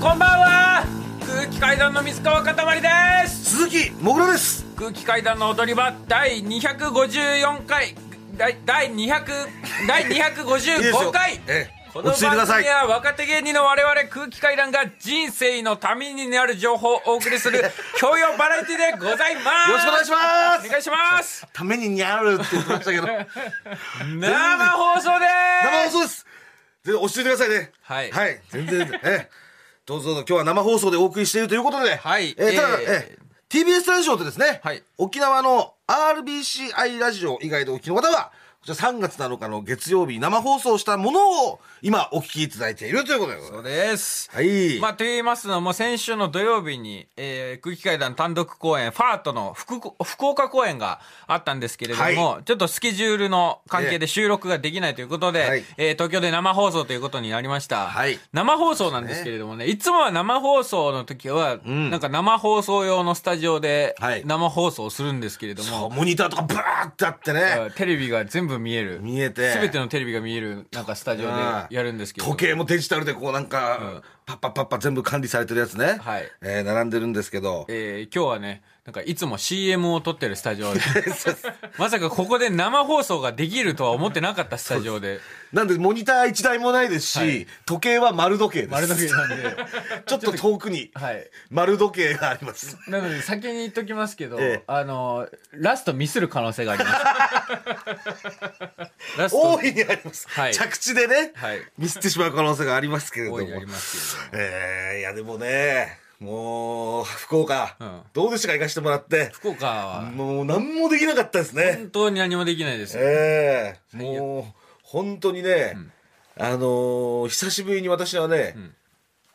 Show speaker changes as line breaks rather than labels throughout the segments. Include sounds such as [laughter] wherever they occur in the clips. こんばんは空気階段の水川かたまりです
鈴木もぐらです
空気階段の踊り場第254回第第200第
いいです
255
よ
回
ええ
この
落ち着いてく
番
ださい
組は若手芸人の我々空気階段が人生のためになる情報をお送りす
[laughs]
る教養バラエティでございます
よろしくお願いします
お願いします
ためににゃるって言ってましたけど生
生放送で
放
す
送です全然落ち着いてくださいね
はい
はい全然ええどうぞどうぞ今日は生放送でお送りしているということで、
はい
ええただ、
え
え
え
え TBS ラジオとですね、
はい
沖縄の RBCI ラジオ以外でお聞きの方はこちら3月7日の月曜日生放送したものを今お聞きいただいているということでございます
そうです
はい、
まあ、と言いますのも、先週の土曜日に、えー空気階段単独公演、ファートの福こ福岡公演があったんですけれども、ちょっとスケジュールの関係
え
で収録ができないということで、
はい
えー東京で生放送ということになりました。
はい
生放送なんですけれどもね、いつもは生放送の時は、
ん
なんか生放送用のスタジオで
はい
生放送するんですけれども、
そうモニターとかブワーってあってね
テレビが全部見える。
見えて
すべてのテレビが見える、なんかスタジオでやるんですけれども
時計もデジタルでこうなんか、パッパッパッパ全部管理されてるやつね、
はい
えー並んでるんですけど、
えー今日はね、なんかいつも CM を撮ってるスタ
[laughs]
ジオで、まさかここで生放送ができるとは思ってなかったスタジオで、
なんでモニター1台もないですし、
はい
時計は丸時計です
丸 [laughs] 時計なんで
[laughs] ちょっと遠くに
はい。
丸時計があります
なので先に言っときますけど、
ええ
あのー、ラストミスる可能性があり
[laughs]
ます。ラスト
大いにあります、
はい
着地でね、
はい
ミスってしまう可能性がありますけれども
多いにありますけ
えーいやでもねもう福岡、
うん
どうでしたか行かしてもらって
れども、福岡は
もう何もできなかったですね
本当に何もできないです。
ええ
最悪
もう本当にね、あのー久しぶりに私はね、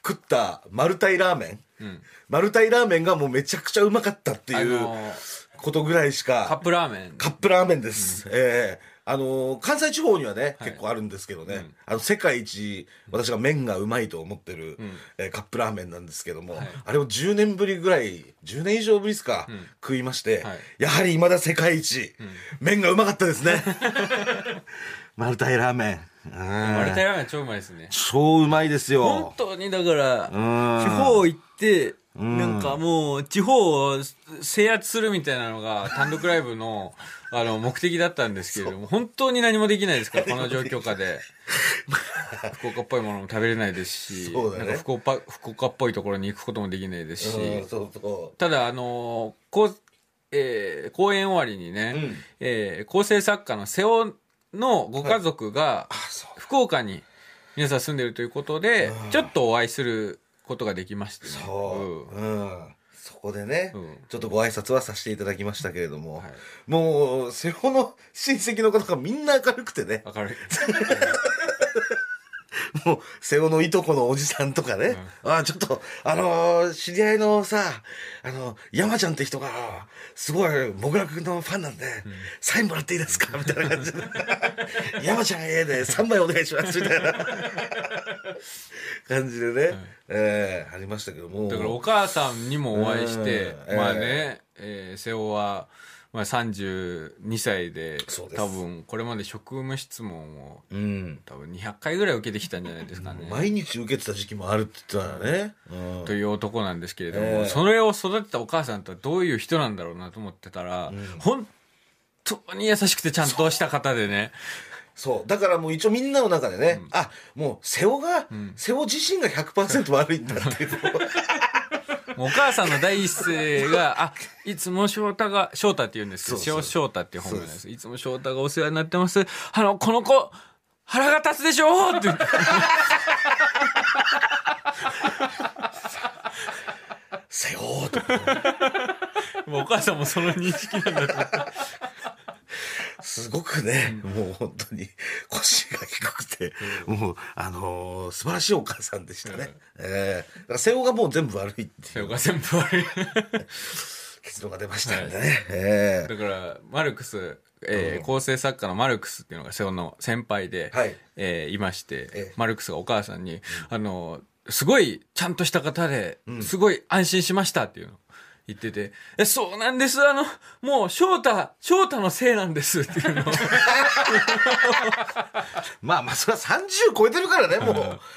食ったマルタイラーメン、
うん
マルタイラーメンがもうめちゃくちゃうまかったって
あ
いう
のー
ことぐらいし
カッ
か
プラーメン。
カップラーメンです、ええあのー関西地方にはね、結構あるんですけどね、あの世界一私が麺がうまいと思ってる、えーカップラーメンなんですけども、あれを10年ぶりぐらい10年以上ぶりですか、食いまして、
はい
やはり未だ世界一、麺がうまかったです
[laughs]
ねマルタイラーメン
マルタ
うん
イラーメン超うまいですね。
超うまいです
本
よ
当にだから、
ん
地方行って、なんかもう地方を制圧するみたいなのが単独ライブ
[laughs]
のあの目的だったんですけれども、本当に何もできないですから、この状況下
[laughs]
で。福岡っぽいものも食べれないですし、
そうだ
な
ね
んか福岡福岡っぽいところに行くこともできないですし、
うんそうそう
ただ、あのーこうえー公演終わりにね、
うん
えー構成作家の瀬尾のご家族が、
そう
福岡に皆さん住んでるということで、ちょっとお会いすることができましてね。
そう、
うん
うんそこでね、
うん
ちょっとご挨拶はさせていただきましたけれども、
はい
もう瀬尾の親戚の方がみんな明るく
[laughs]
てね
明るい。 [laughs]
もう瀬尾のいとこのおじさんとかね、あちょっとあのー知り合いのさあの山ちゃんって人がすごいもぐらくんのファンなんで、サインもらっていいですかみたいな感じで [laughs] 山ちゃんええで3枚お願いしますみたいな感じでね、えーありましたけども
だからお母さんにもお会いして、
うん
まあね、
え
えー瀬尾は、まあ、32歳で
そうです
多分これまで職務質問を
うん
多分200回ぐらい受けてきたんじゃないですかね。
毎日受けてた時期もあるって言ってたからね、うん
という男なんですけれども、
ええ
それを育てたお母さんとはどういう人なんだろうなと思ってたら、本当に優しくてちゃんとした方でね。
そうだからもう一応みんなの中でね、あもう瀬尾が、瀬尾自身が100%悪いんだっていう [laughs]
もうお母さんの第一声が、あ、いつも翔太が、翔太って言うんですけど、
そうそう
塩翔太っていう本名なんです。いつも翔太がお世話になってます。あの、この子、腹が立つでしょって言 [laughs] って。
瀬尾と
もうお母さんもその認識なんだと思って。
すごくね、もう本当に腰が低くて、もうあのー素晴らしいお母さんでしたね、えーだから瀬尾がもう全部悪いって
瀬
いう
尾が全部悪い。
結論が出ましたんでね、え
だ
ー
から、マルクス、えー構成作家のマルクスっていうのが瀬尾の先輩で、
はい
えーいまして、
ええ
マルクスがお母さんに、あの、すごいちゃんとした方で、すごい安心しましたっていうのを言ってて、え、そうなんです、あの、もう翔太、翔太のせいなんですって
[laughs]
いうのを
まあまあそれは30超えてるからねもう [laughs]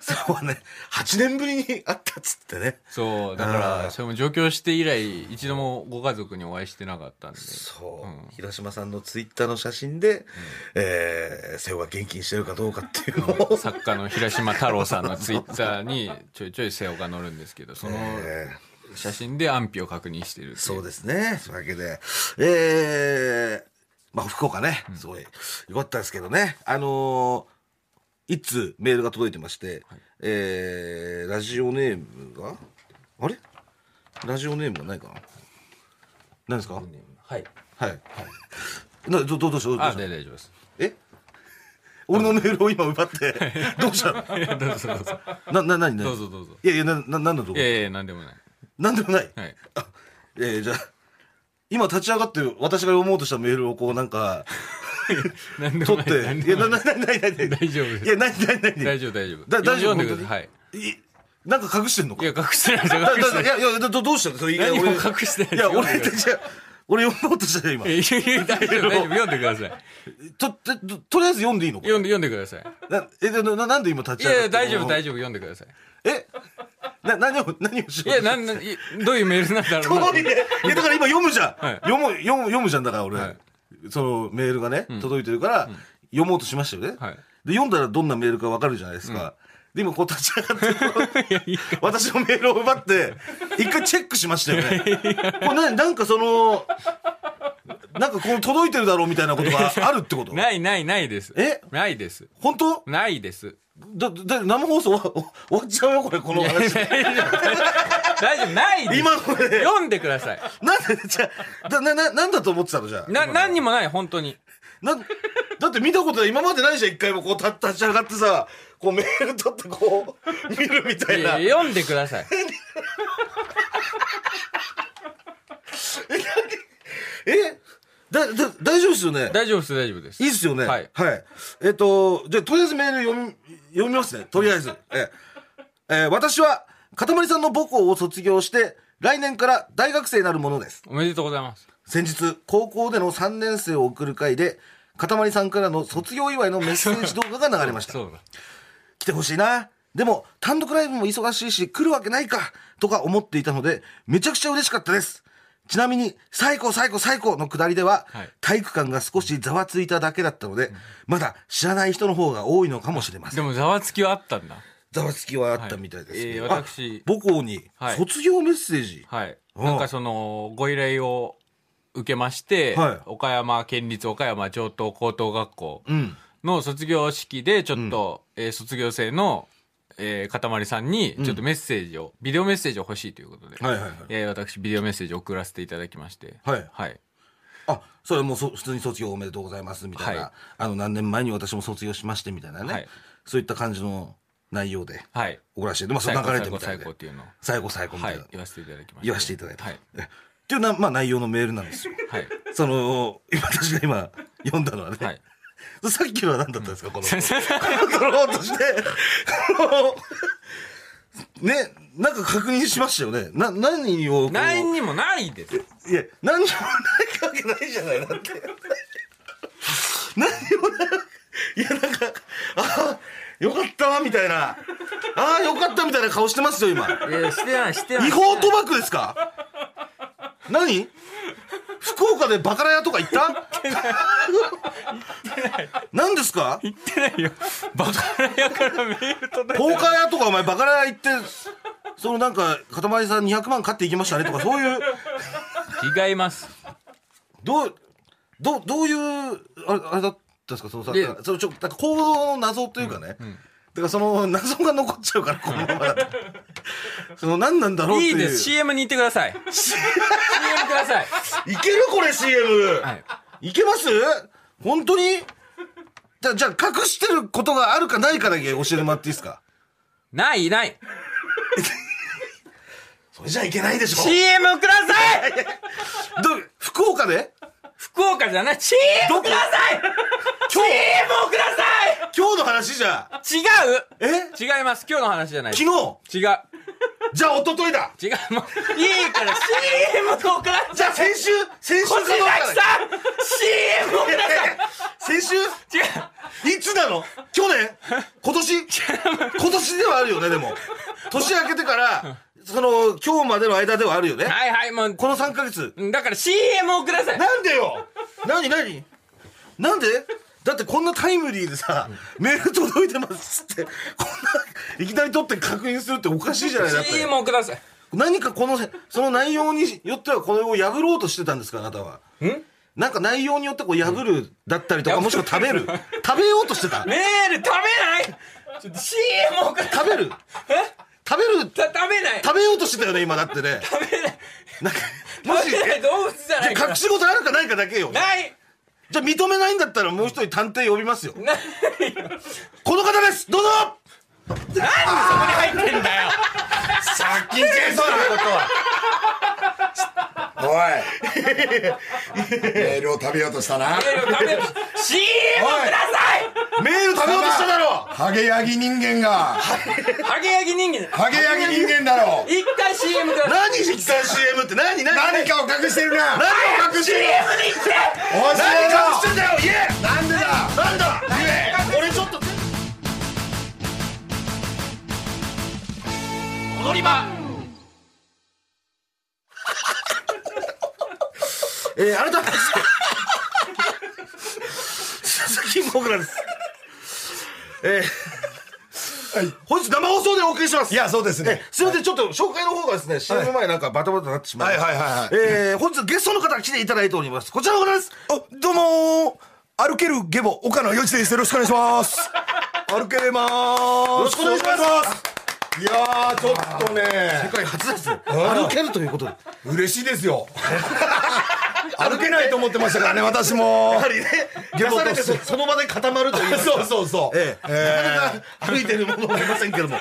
そうね、8年ぶりに会ったっつってね。
そう、だ
あ
から、
ー
それも上京して以来、一度もご家族にお会いしてなかったんで。
そう、
うん
広島さんのツイッターの写真で、えー、瀬尾が現金してるかどうかっていうのを、
作家の平島太郎さんのツイッターにちょいちょい瀬尾が載るんですけど、その
えー
写真で安否を確認してるってい
そう
す。
ですね。そういうわけで、えー、まあ、福岡ね、すごい、よかったですけどね。あのー、一通メールが届いてまして、えー、ラジオネームが、あれラジオネームがないかな何ですかはい。
はい。
はい。な、ど、どどうしたどう
あ、
した
で大丈夫です。
え俺のメールを今奪って、 [laughs] どうしたの
いやどうぞどうぞ。
な、な、なにな
どうぞどうぞ。
いやいや、な、な、なんだと
いやいや、なんでもない。
なんでもない。
はい。
あえー、じゃあ今立ち上がって私が読もうとしたメールをこうな
[laughs]
んか
なんでも
取
な
っ
い。
て
なん
いや
でも
な
ない
ななななない
大丈夫です
いやなになになに
大丈夫大丈夫。
だ大丈夫
読んでください。はい。
いなんか隠してんの
い
か
や、隠してないですよ。
だ
隠して
だ
ない
い。やいやどどどうしたのそれいや
何も
俺
隠してない
いや俺
読んでくだ
じゃあ俺読もうとしたよ今
いやいやいや、大丈夫、大
[laughs]
丈夫。読んでください。
ととととりあえず読んでいいのこれ
読んで、読んでください。
なえでななんで今立
い
ち上が
や
っ
いや、
て
大丈夫、大丈
丈
夫。読んでください。
夫えな何を何をし
い
よう
や、なん、なんいどういうメールなんだろうな。
遠 [laughs] いね。いや、だから今読むじゃん。
はい
読む、読む、読むじゃん。だから俺、
はい
そのメールがね、届いてるから、読もうとしましたよね。
はい
で、読んだらどんなメールかわかるじゃないですか。で、今こう立ち
[laughs]
上がって、私のメールを奪って、一回チェックしましたよね。これななんかその、なんかこの届いてるだろうみたいなことがあるってこと
ないないないです。
え
ないです。
本当
ないです。
だ、だ、生放送終わ終わっちゃうよ、これ、この話。
大丈夫、ないです。
今ので、
読んでください。
なんで、じゃあだな、な、なんだと思ってたのじゃあ。
な、何にもない、本当に。
な、だって見たことない、今までないじゃん、一回もこう立立ち上がってさ、こうメール取ってこ
[laughs]
う、見るみたい
いや
な。
いや読んでください。
えだ、だ、大丈夫ですよね
大丈夫です、大丈夫です
い。いっすよね
はい
えっと、じゃあとりあえずメール読み、読みますね、とりあえず。えええー私は、かたまりさんの母校を卒業して、来年から大学生になるものです。
おめでとうございます。
先日、高校での3年生を送る会で、かたまりさんからの卒業祝いのメッセージ動画が流れました。
そうだ。
来てほしいな。でも、単独ライブも忙しいし、来るわけないか、とか思っていたので、めちゃくちゃ嬉しかったです。ちなみに、最高最高最高の下りでは、
はい
体育館が少しざわついただけだったので、まだ知らない人の方が多いのかもしれません。
でも、ざわつきはあったんだ。
ざわつきはあったみたいですけど、
はいえー私
あ母校に
はい
卒業メッセージ。
はい。
うん
なんかその、ご依頼を受けまして
はい、
岡山県立岡山上等高等学校
うん。
の卒業式で、ちょっと、えー卒業生の、えー、かたまりさんに、ちょっとメッセージを、ビデオメッセージを欲しいということで、
はいはいはい。
えー私、ビデオメッセージを送らせていただきまして、
はい
はい。
あ、それはもうそ普通に卒業おめでとうございますみたいな、
はい
あの何年前に私も卒業しましてみたいなね、
はい
そういった感じの内容で
はい。
送らせて、まあそ
最
れ
高
流れて
最
み
高
たい
最
で
高っ。ていうのを、
最後最後みた
はいい
な、、
言わせていただきました。
言わせていただいた。
はい。
えっていうな、まあ、内容のメールな
[laughs]
んですよ。
はい。
その、今私が今読んだのはね、 [laughs]
はい。 [laughs]
さっきのは何だったんですか、この、この、として、この、ね、なんか確認しましたよね。な、何をこう、
何にもないです。
いや、何にもないわけないじゃない、だって。 [laughs] 何にもない。いや、なんか、ああ、よかったわ、みたいな。ああ、よかった、みたいな顔してますよ、今。
いや、してない、してない。
違法賭博ですか何福岡でバカラ屋とか行った何ですか
言ってないよ。 [laughs] バカラ屋からメール届いて。
ポーカー屋とかお前バカラ屋行ってそのなんか塊さん200万買っていきましたねとかそういう
違います。
どうどうどういうあれあれだったんですかそのさ
で
そのちょなんか行動の謎というかね、だからその謎が残っちゃうからこのままだとその何なんだろうって
い
いう
いです。CM に行ってください。CM ください。
いけるこれ CM、
はい。
いけます本当にじゃ、じゃあ隠してることがあるかないかだけ教えてもらっていいですか
ない、ない。
それじゃいけないでし
CM ください
ど、福岡で
福岡じゃない。CM ください !CM をくだ
今日の話じゃ、
さい
え
違う違います。今日の話じゃない。
昨日
違う。
じゃあ、一昨日だ
違うもう
いいから CM 交換
じゃあ、先週先週
星崎
か
さん CM を
どうかないやいやいや先週
違う
いつなの去年今年今年ではあるよね、でも。年明けてから、その、今日までの間ではあるよね。
はいはいも
この3ヶ月。
うだから CM をください
なんでよ何何なんでだってこんなタイムリーでさ、メール届いてますっつって、こんな、いきなり取って確認するっておかしいじゃないだって
CM をください
何かこの、その内容によってはこれを破ろうとしてたんですか、あなたは。
ん
なんか内容によってこう破るだったりとか、もしくは食べる。食べようとしてた。
メール食べないちょっと CM をくだ
食べる
え
食べる
た食べない
食べようとしてたよね今だってね
食べない
なんかもし
食べない動物じゃないから
隠し事あるかないかだけよ
ない
じゃあ認めないんだったらもう一人探偵呼びますよ
ない
この方ですどうぞ
入ってんだよ
さっき言けそう
おいメールを食べようとしたな
メールを食べる CM をくだ
メール食べようとしただろ
ハゲヤギ人間が
さいハゲヤギ人間
ハゲヤギ人間だろ
一回 CM ください
何一旦 CM って何何
何かを隠してるな何を隠してる
CM に行って
おいし
何
ろ
隠してんだよ言え
なんでだ
なんだ言え俺ちょっと
踊り場
えー、改めまして鈴木もぐらですえー
はい
本日生放送でお送りします
いやそうですね
すいません、ちょっと紹介の方がですね、CM 前なんかバタバタになってしまいました。
はいはいはいはい
えー、本日ゲストの方が来ていただいております。こちらの方です。
あどうもー歩けるゲボ岡野よちですよろしくお願いします歩けれまーよ
ろしくお願いします
いやーちょっとね
世界初です。歩けるということで。
嬉しいですよ歩けないと思ってましたからね私も
や
[laughs]
はりね、
ゲ
出
ボ
さ
と
れてそその場で固まるというか。
そうそうそう
ええ
え
なかなか歩いてるものはいませんけども。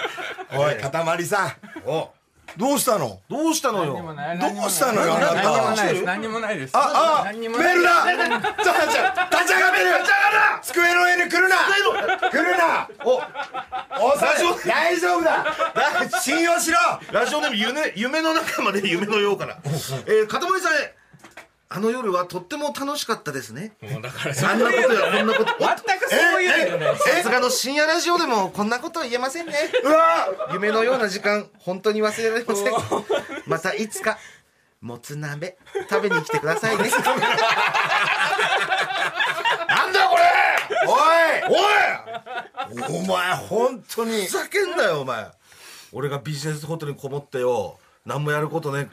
ーおいかたまりさ
お
んどうしたの
どうしたのよ。
どうしたのよあな
何にも
た
ないです何にもないです
ああメ
何に
ー
もない
ル [laughs] だちょちょ立ち上がれる
立ち上がるな
机の上に来るな来るな
お
おい
大丈夫
大丈夫だ信用しろ
ラジオネーム夢夢の中まで夢のようから。えー、かたまりさんへ。あの夜はとっても楽しかったですね。
もうだから
あんなことやこんな [laughs] こと。おっと
全くそういうんじゃない
さすがの深夜ラジオでもこんなことは言えませんね
うわ
夢のような時間本当に忘れられませんまたいつかもつ鍋食べに来てくださいね
なんだこれおいおいお前本当に
ふざけんなよお前俺がビジネスホテルにこもってよ何もやることね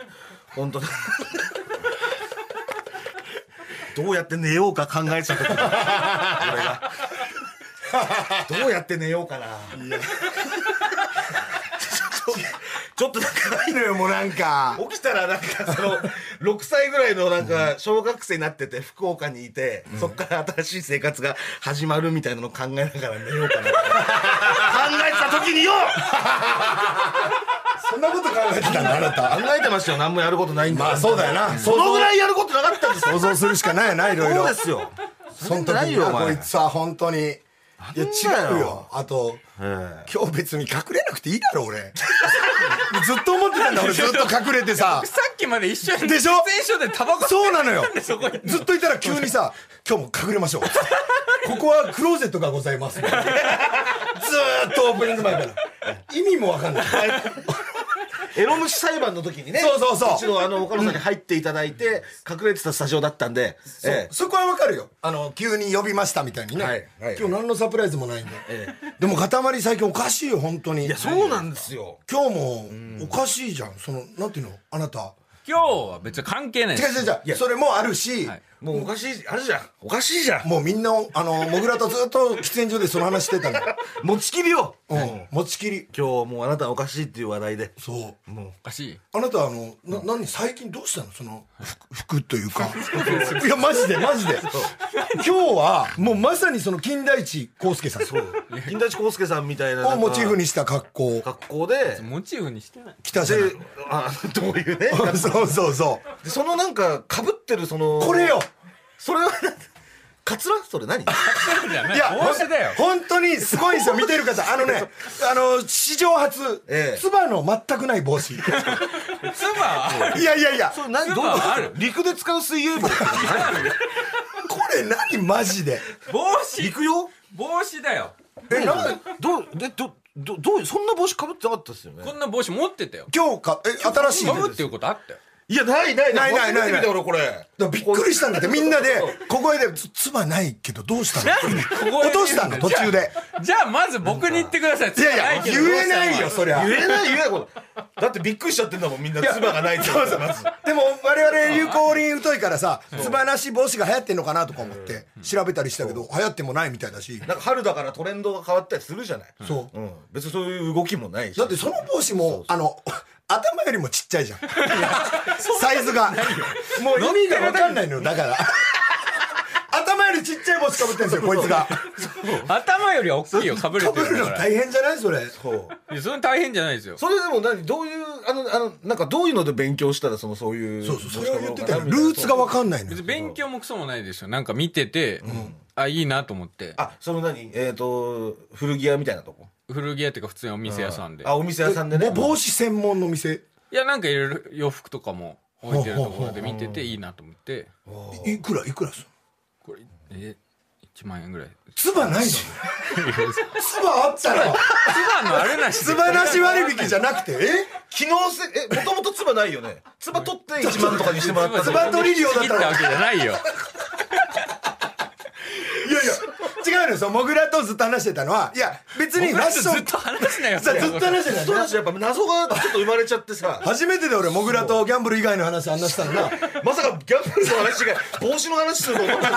本当にどうやって寝ようか考えちゃった俺がどうやって寝ようかなちょっとちょっとなんか
いいのよもうなんか
起きたらなんかその6歳 [laughs] ぐらいのなんか小学生になってて福岡にいてそっから新しい生活が始まるみたいなのを考えながら寝ようかな考えてた時によ
そんなこと考えてたんだあな
考
た
えてましたよ何もやることないんだ
まあそうだよな
そ
想
のぐ
像
らいやることなかったんですよ
想像するしかないよないろいろ
そうですよ
そん
ない
時に
よ
な
お前
こいつは本当にいや違うよあと
え
今日別に隠れなくていいだろ
[laughs]
俺ずっと思ってたんだ俺ずっと隠れ
[laughs]
てさ
さっきまで一緒に
でしょ
喫煙所でタバコ
そうなのよ
そこ行って
ずっといたら急にさ「今日も隠れ
[laughs]
ましょう」ここはクローゼットがございます」ずーっとオープニング前から意味もわか
[laughs]
んない
エロ虫裁判の時にね
そうそうそう
一度あの岡野さんに入っていただいて隠れてたスタジオだったんでええ
そこはわかるよあの急に呼びましたみたいにね、
はいはい
今日何のサプライズもないんで、でも塊最近おかしいよ本当に
いやそうなんですよ
今日もおかしいじゃんそのなんていうのあなた
今日は別に関係ない
違
です
う違う違うそれもあるし、
はい
もうおかしいあるじゃんおかしいじゃん
もうみんなあのモグラとずっと喫煙所でその話してたの、
持ちきりよ
うん、持ちきり
今日もうあなたおかしいっていう話題で
そう
もう
おかしい
あなたあの、な、何最近どうしたのその、服、服というか。 [laughs] いや、マジで、マジで。今日は、もうまさにその金田一耕介さん
[laughs] 金田一耕介さんみたいなな
を
んか
モチーフにした格好、
格好で
モチーフにしてない
来たじゃ
で
ん。
あどういうね
[laughs] そうそうそう。
でそのなんかかぶってるその
これよ
それはカツラそれ何
じゃない
いや、
帽子だよ。
ほん本当にすごいんですよ、見てる方。あのね、あの、史上初
ええ、
つばの全くない帽子。い
妻は
[laughs] やいやいや、
それ何
スー
ど
パ
う
ー
いう
はある
こと陸で使う水 [laughs] 泳帽って何
これ何マジで。
帽子
陸用
帽子だよ。
[laughs] え、なんで
どうでどどどういうそんな帽子かぶってなかったですよ
こ
ね
んな帽子持ってたよ。
今日か、え、新しい。
飲むっていうことあったよ。
いやないない
ないないな
初め
い
て見た俺これ
だからびっくりしたんだって、みんなで、小声で、つつばないけどどうしたの [laughs] 落としたの、途中で。
じゃあまず僕に言ってください。
いやい
妻
や、言
けど
えないよ、。そりゃ。
言えない言えないことだってびっくりしちゃってんだもんみんな唾がないって
そうそうでも我々流行林疎いからさつばなし帽子が流行ってんのかなとか思って調べたりしたけど流行ってもないみたいだし
なんか春だからトレンドが変わったりするじゃない、
そう
うん、別にそういう動きもないし
だってその帽子もあの [laughs] 頭よりもちっちゃいじゃんサイズがもう意味が分かんないのよだ [laughs] から頭よりちっちゃい帽子かぶってんですよこいつが
頭よりは大きいよ、被れて
か
る
ぶる
か
の
ら。
大変じゃないそれ
そう
いやそれ大変じゃないですよ。
それでも何どういうあのあのなんかどういうので勉強したらそのそういう
そうそうそれを言って
帽子か
た
ぶろう
の
かな
ルーツが分かんないの
別
よ
に勉強もクソもないですよ。なんか見てて、あ、いいなと思って。
あその何えっ、と古着屋みたいなとこ
古着屋っていうか普通にお店屋さんで。
あお店屋さんでね
ぼ帽子専門の店
いや、なんかいろいろ洋服とかも置いてるところで見てていいなと思って。
いいくらいくらする
これ、え、1万円ぐらい。
つばないのよつばあったら
妻のあれなしで。
つばなし割引じゃなくてえ
機能性えもともと唾ないよね唾取って1万とかにしてもらった
つば取り量だった
切った
ら
わけじゃないよ。
いやいや、違うのよ、そのモグラとずっと話してたのは、いや、別に
僕
ファ
ら
ッ
と
シ
ず
ョ
っ
ン、
と話すなよ。
さずっと話してた
そう
の
だ
ね。
しやっぱ謎がちょっと生まれちゃってさ
初めてで俺、モグラとギャンブル以外の話あんなしたのな、
まさかギャンブルの話が帽子の話すると思った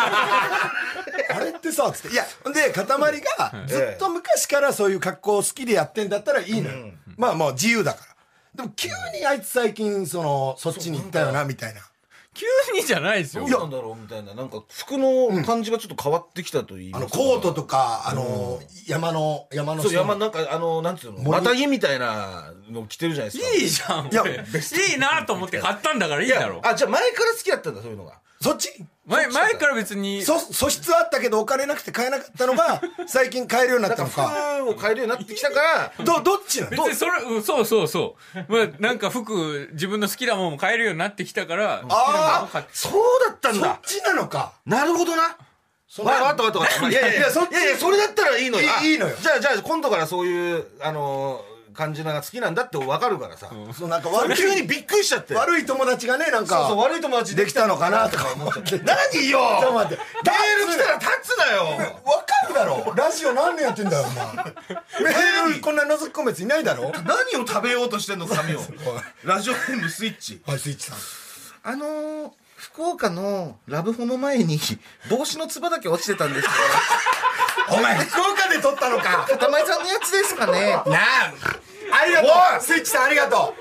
あれってさ、つって。いや、ほんで、塊が、ずっと昔からそういう格好好きでやってんだったらいいのよ。まあもう自由だから。でも急にあいつ最近、その、そっちに行ったよな、みたいな。
急にじゃないですよ。
どうなんだろうみたいななんか服の感じがちょっと変わってきたといい
あ
ます
の、
か
コートとか、あの、山の、山の
そう
下の
山なんかあのなんつうの
森
またぎみたいなの着てるじゃないです
い
か
いじゃん。
いや
俺いいなと思って買ったんだからいい
い
だろ。
あじゃあ前から好きだったんだそういうのが
そっち
前、前から別に、
そ素質あったけどお金なくて買えなかった
[laughs]
のが最近買えるようになっ
なん
た
か
のか
服を変えるようになってきたから
どどっちなの
別にそれ、うんそうそうそう。まあ、なんか服、自分の好きなもんも買えるようになってきたから、好きなもんを
あ
買って。
そうだった
あ
ん
そっ
だ
ちなのか
なるほどなわわかったわかったわかったいやいやいやそ
そ
い
っち
やいやそれだったらいいのよ
い
あ
いいのよ
じゃあじゃあ今度からそういうあのー感じのが好きなんだって分かるからさ
そうなんか悪
急
い
にびっくりしちゃって
悪い友達がねなん
そう
か
そう悪い友達
できたのかなとか思って [laughs] ちょっ
何よ
と待って
メール来たら立つなよ
わかるだろラジオ何年やってんだよお前メールこんな覗き込むやついないだろ
何を食べようとしてんの髪をラジオネームスイッチ
はいスイッチさん
あのー、福岡のラブホの前に帽子のつばだけ落ちてたんですよ
お前福岡で撮ったのか
片前さんのやつですかね
なあありがとうスイッチさんありがと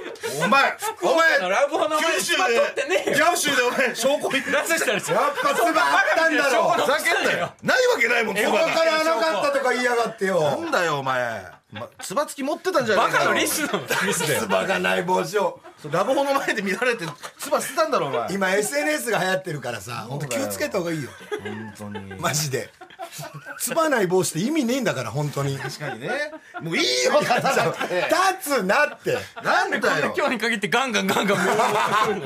お前お前
ラブホの前
九
に
州
スパ取ってねえ
で
よ。
九州でお前証拠言って
出したら
うやっぱ唾あったんだろ
ふざけんなよないわけないもんつば
お
が
金はなかったとか言いやがってよ
なんだよお前まつばつき持ってたんじゃない
バカのリスのミスで。
唾がない帽子を
ラブホの前で見られてつば捨てたんだろお前
今 SNS が流行ってるからさ本当気をつけた方がいいよ
本当に
マジでつばない帽子って意味ねえんだから本当に
確かにねもういいよ立たなくて
立つなって
なんだよ
今日に限ってガンガンガンガンもう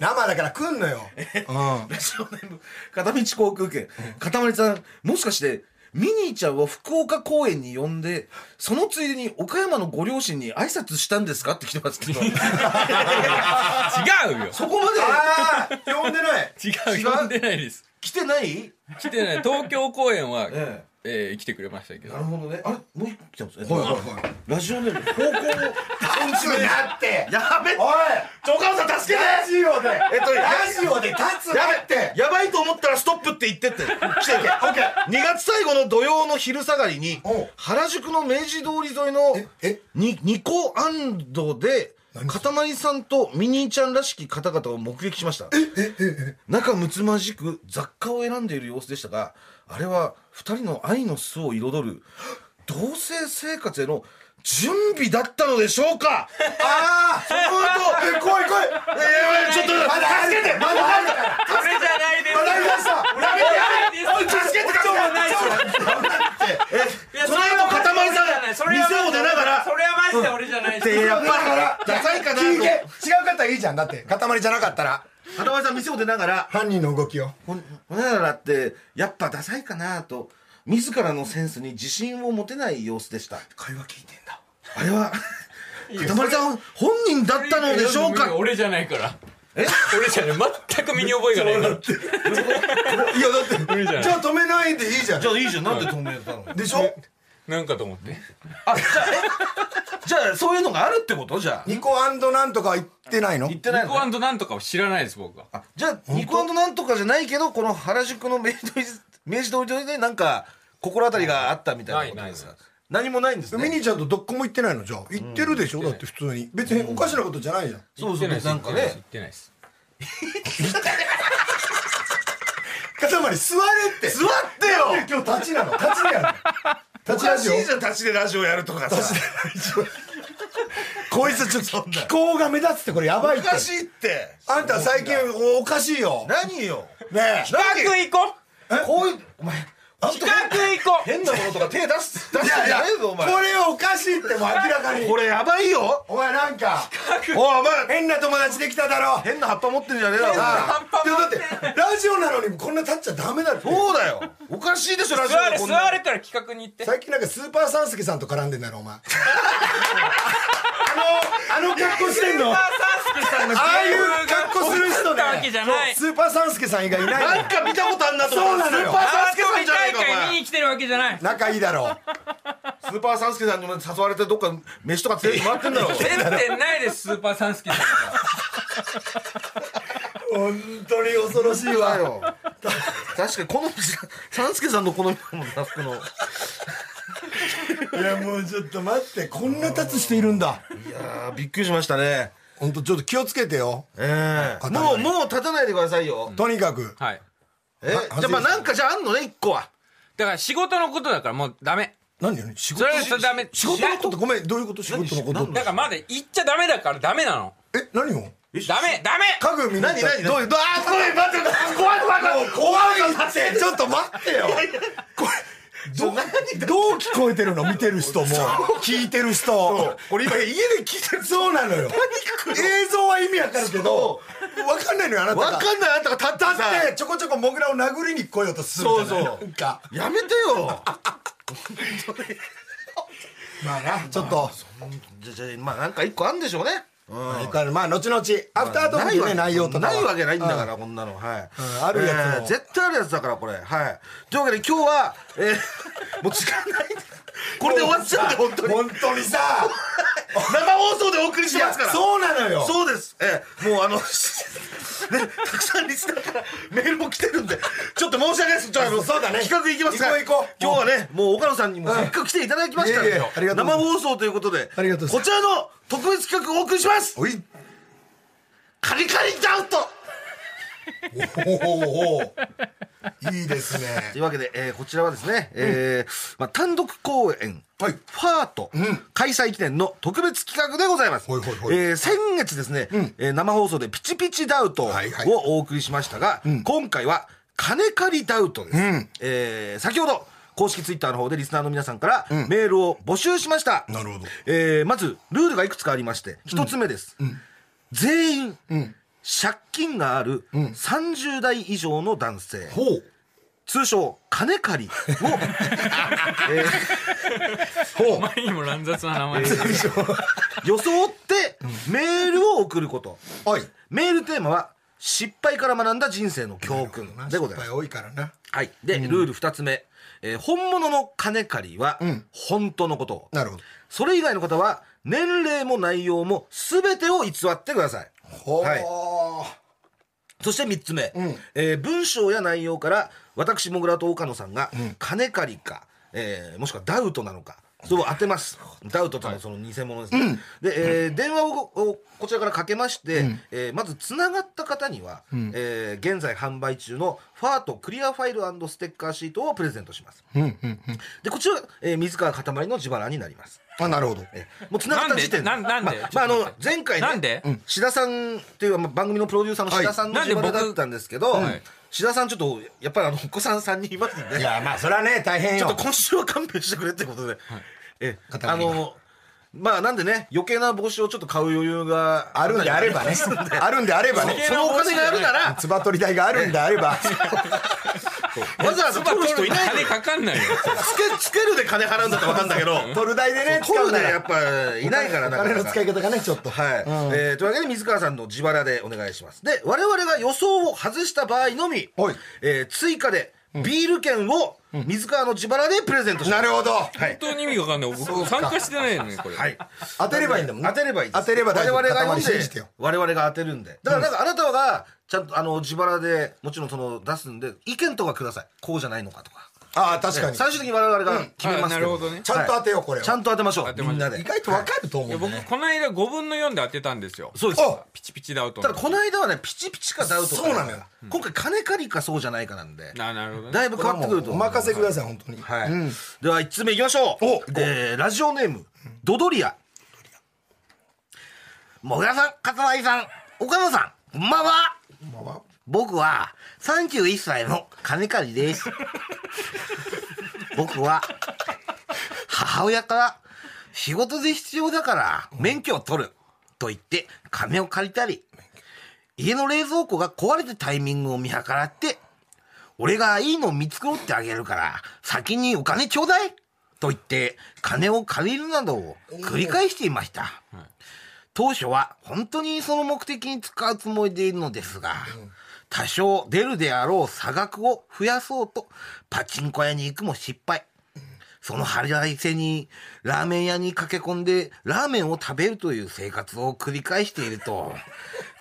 生だから来んのよ、うん、
ラジオネーム片道航空券片森さんもしかしてミニーちゃんを福岡公園に呼んでそのついでに岡山のご両親に挨拶したんですかって来てます
[laughs]
けど
違うよ。
そこま
ああ呼んでない
違
違
う。
う
呼んでないです。
で来てない
来てない。東京公演は、
え
えー来てくれましたけ
え
ど
な。るほどねあれもう一個来てますね
はいはい
ラジオネーム高
[laughs]
校
立つなって
やべ
おい
ちょお母さん助けて
ラジオで
えっと
ラジオで立つ
や
な
べ
って
やばいと思ったらストップって言ってって来てて2月最後の土曜の昼下がりに
おう
原宿の明治通り沿いの
え
にニコアンドで
何
かたまりさんとミニーちゃんらしき方々を目撃しました仲睦まじく雑貨を選んでいる様子でしたがあれは2人の愛の巣を彩る同棲生活への準備だったのでしょうか
ああ
その後
え怖い怖い
えーやばいちょっと
まだあるまだあるから
これじゃないです。
まだありました
やめてやめて
助けてください
ないですよいや
その後
は
塊さんが
それは
店を出ながら
それはマジで俺じゃないです
ってやっ
だから
ぱりダサいかなと
聞け違う方いいじゃんだって塊じゃなかったら
塊さん店を出ながら
犯人の動きを
ほんほんならってやっぱダサいかなと自らのセンスに自信を持てない様子でした
会話聞いてんだ
あれは塊さん本人だったのでしょうか
俺じゃないから俺じゃない全く身に覚えがないから
いやだってじゃあ止めないでいいじゃん
じゃあいいじゃんなんで透明だったの
でしょ
なんかと思って
あじゃあえじゃあそういうのがあるってことじゃあ
ニコなんとかは言ってないの
言ってない
ニ
の
コアンドなんとかを知らないです僕は
あじゃあニコなんとかじゃないけどこの原宿の明治通り明治通りでなんか心当たりがあったみたいなことですか
ない
何もないんです
ミ
ね
ニちゃんとどっこも行ってないのじゃあ行ってるでしょだって普通に別におかしなことじゃないじゃん
そうそう
言ってないです
なんか
言
ね
ってないです
塊座れって
座ってよ
今日立ちなの立ちやの
お
立ちラ
かし
ジ
い
オ
じゃん立ちでラジオやるとかさ
こいつちょっと気候が目立つってこれやばい
お
って
かしいって
あんた最近おかしいよね
何よ
え
何
行こ
こういうお前あんた
企画行こう
変なものとか手出す [laughs] 出
い
し
や
て
い
んじ
や
ゃねえぞお
こ
前
れおかしいってもう明らかに
これやばいよ
お前なんか
おいお前
変な友達できただろ
[laughs] 変な葉っぱ持ってんじゃねえだろお前
ああいやだってラジオなのにこんな立っちゃダメだって
そうだよおかしいでしょラジ
座
オ
れ
でこ
座
んな
れから企画に行って
最近なんかスーパーサンスケさんと絡んでんだろお前あのあの格好してんのああいう格好する人
作ったわけ
ね
じゃない
スーパーサンスケさん以外いない
な
の
んか見たことあんなと思って
そうなのよ
スーパー
あ
サンス
そ
ケ
こ
さん
に
じゃない
大
かお
会見
前
に来てるわけじゃない
仲いいだろう
スーパーサンスケさんに誘われてどっか飯とか連れて回ってんだろ
接点ないですスーパーサンスケさん
本当に恐ろしいわよ
[laughs] 確かにこのサンスケさんの好みだもんな服のい
いやもうちょっと待ってこんな立つしているんだ
やーびっくりしましたね
本当ちょっと気をつけてよ
ええ
はい
もうもう立たないでくださいよ、
とにかく
はい
えじゃあ
は
まあなんかじゃああんのね一個は
だから仕事のことだからもうダメ
何よ仕
そ
事
れはそれダメ
仕事のことってごめんどういうこと仕事のことっ
だ
て
からまだ言っちゃダメだからダメなの
え何を
ダメダメ
家具見に行った
何何
どう
どういうどうあー怖い待って怖い怖い怖い怖い
怖いってちょっと待ってよこれどうどう聞こえてるの見てる人も聞いてる人
これ今家で聞いてる
そうなのよ映像は意味わかるけど分かんないのよあなた
わ
が
かんないあんたが立ってさ
だってちょこちょこモグラを殴りに来ようとするじゃない
そうそう
なんか
やめてよ [laughs]
まあなちょっと
じゃじゃまあなんか一個あんでしょうね
まあいいからまあ後々アフタートークのね内容とかは
ないわけないんだからこんなのはい
うんあるやつも
えー絶対あるやつだからこれはいというわけで今日はえ [laughs] ーもう時間ないこれで終わっちゃうんで本当に
本当に
[laughs]
さ
生放送でお送りし
い
ま
や
すから
そうなのよ
そうですえーもうあの [laughs] ねたくさんリスナーからメールも来てるんでちょっと申し訳ないですちょっとあの
そうだね
企画いきますか
行こう
今
行こ
日
う
はねもう岡野さんにもせっかく来ていただきましたん
いえい
で
えありがとうご
生
ざいます
放送ということで
ありがとうござい
こ
ま
ちらの特別企画をお送りします
おい
カリカリダウト
おおいいですね
というわけで、えーこちらはですね、えーまあ、単独公演、
はい
ファート、開催記念の特別企画でございます。
ほいほいほい
えー先月ですね、えー生放送でピチピチダウトを
はいはい
お送りしましたが、今回は金借りダウトです。えー先ほど、公式ツイッターの方でリスナーの皆さんからメールを募集しました。
なるほど
えーまず、ルールがいくつかありまして、一つ目です。全員、借金がある30代以上の男性。
ほ [laughs] う
通称金
[laughs]
借りを、え
お前にも乱雑な名前
ー装ってメールを送ること
おい
メールテーマは失敗から学んだ人生の教訓でございます
失敗多いからな
はいで、ルール2つ目、えー本物の金借りは本当のことを、
なるほど
それ以外の方は年齢も内容も全てを偽ってください
ほう、
はいそして3つ目、
ん
えー文章や内容から私もぐらと岡野さんが金借りか、えーもしくはダウトなのかそれを当てますダウトというのはその偽物ですね、で、えー電話ををこちらからかけまして、えーまずつながった方には、えー現在販売中のファートクリアファイルステッカーシートをプレゼントします、でこちら、えー水川かたまりの自腹になります
あ、なるほど。
ええもう繋がった時点
なんでなんなんで
まあまあ、あ
ちょっと
の
待って
前回ね
なんで
うん志田さんっていうまあ番組のプロデューサーの志田さんの
はい
自
なんで
腹
僕
だったんですけど、
はい
志田さんちょっとやっぱりあのお子さん3人いますんで
いや、まあ、それはね、大変
[laughs] ちょっと
よ。
今週は勘弁してくれってことで、ええ
片
あ
方に
のまあなんでね余計な帽子をちょっと買う余裕が
あるんであればね。あるん [laughs] であればね。
そのお金があるなら
[laughs] つば取り代があるんであれば。
わざわざ取る人いないの
金
よ
かかんないよ。
つけつけるで金払うんだったら分かんだけど
[laughs] 取る代でね、
取る
使
で
うなら
やっぱいないから
お
なか
金
な
の
か
使い方がね、ちょっと。
はい、えーというわけで水川さんの自腹でお願いしますで我々が予想を外した場合のみ
はい、
えー追加でビール券を水川の自腹でプレゼントします
なるほど。
はい
本当に意味わかんない。僕参加してないのね、これ。
はい
当てればいいんだもんね
当てればいいです
当てれば大丈夫
我々が
塊
読
信
ん
じて
で
よ
我々が当てるんでだからなんかあなたがちゃんとあの自腹でもちろんその出すんで意見とかくださいこうじゃないのかとか
ああ、確かに。
最終的に我々が決めますけど,、
うんあなるほどね
ちゃんと当てようこれを
ちゃんと当てましょう
てましょう
みんなで
意外とわかると思う
い
ん
や
だ
僕
よね。
この間5分の4で当てたんですよ
そうです
お
ピチピチだと
ただこの間はねピチピチかダウトか
そうなのよ
今回金借りかそうじゃないかなんで
ななるほどね
だいぶ変わってくると
お
思う
任せください、本当に。
はい、
うん
では1つ目いきましょう
お
えーラジオネームドドリアもぐらさんかたまりさん岡野さんこんばんは
まあまあ
僕は31歳の金借りです僕は母親から仕事で必要だから免許を取ると言って金を借りたり家の冷蔵庫が壊れたタイミングを見計らって俺がいいのを見繕ってあげるから先にお金ちょうだいと言って金を借りるなどを繰り返していました当初は本当にその目的に使うつもりでいるのですが、多少出るであろう差額を増やそうとパチンコ屋に行くも失敗、その払いせにラーメン屋に駆け込んでラーメンを食べるという生活を繰り返していると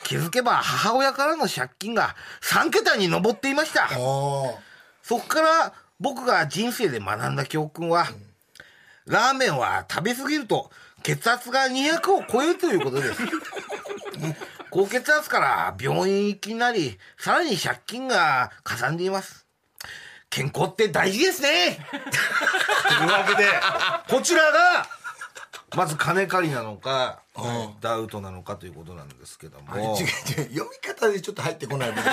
気づけば母親からの借金が3桁に上っていました。
お
そこから僕が人生で学んだ教訓は、ラーメンは食べ過ぎると血圧が200を超えるということ [laughs] です。高血圧から病院行きになり、さらに借金がかさんでいます。健康って大事ですね [laughs] というわけで、こちらが、まず金借りなのか、ダウトなのかということなんですけども。
ー違う違う読み方でちょっと入ってこない部分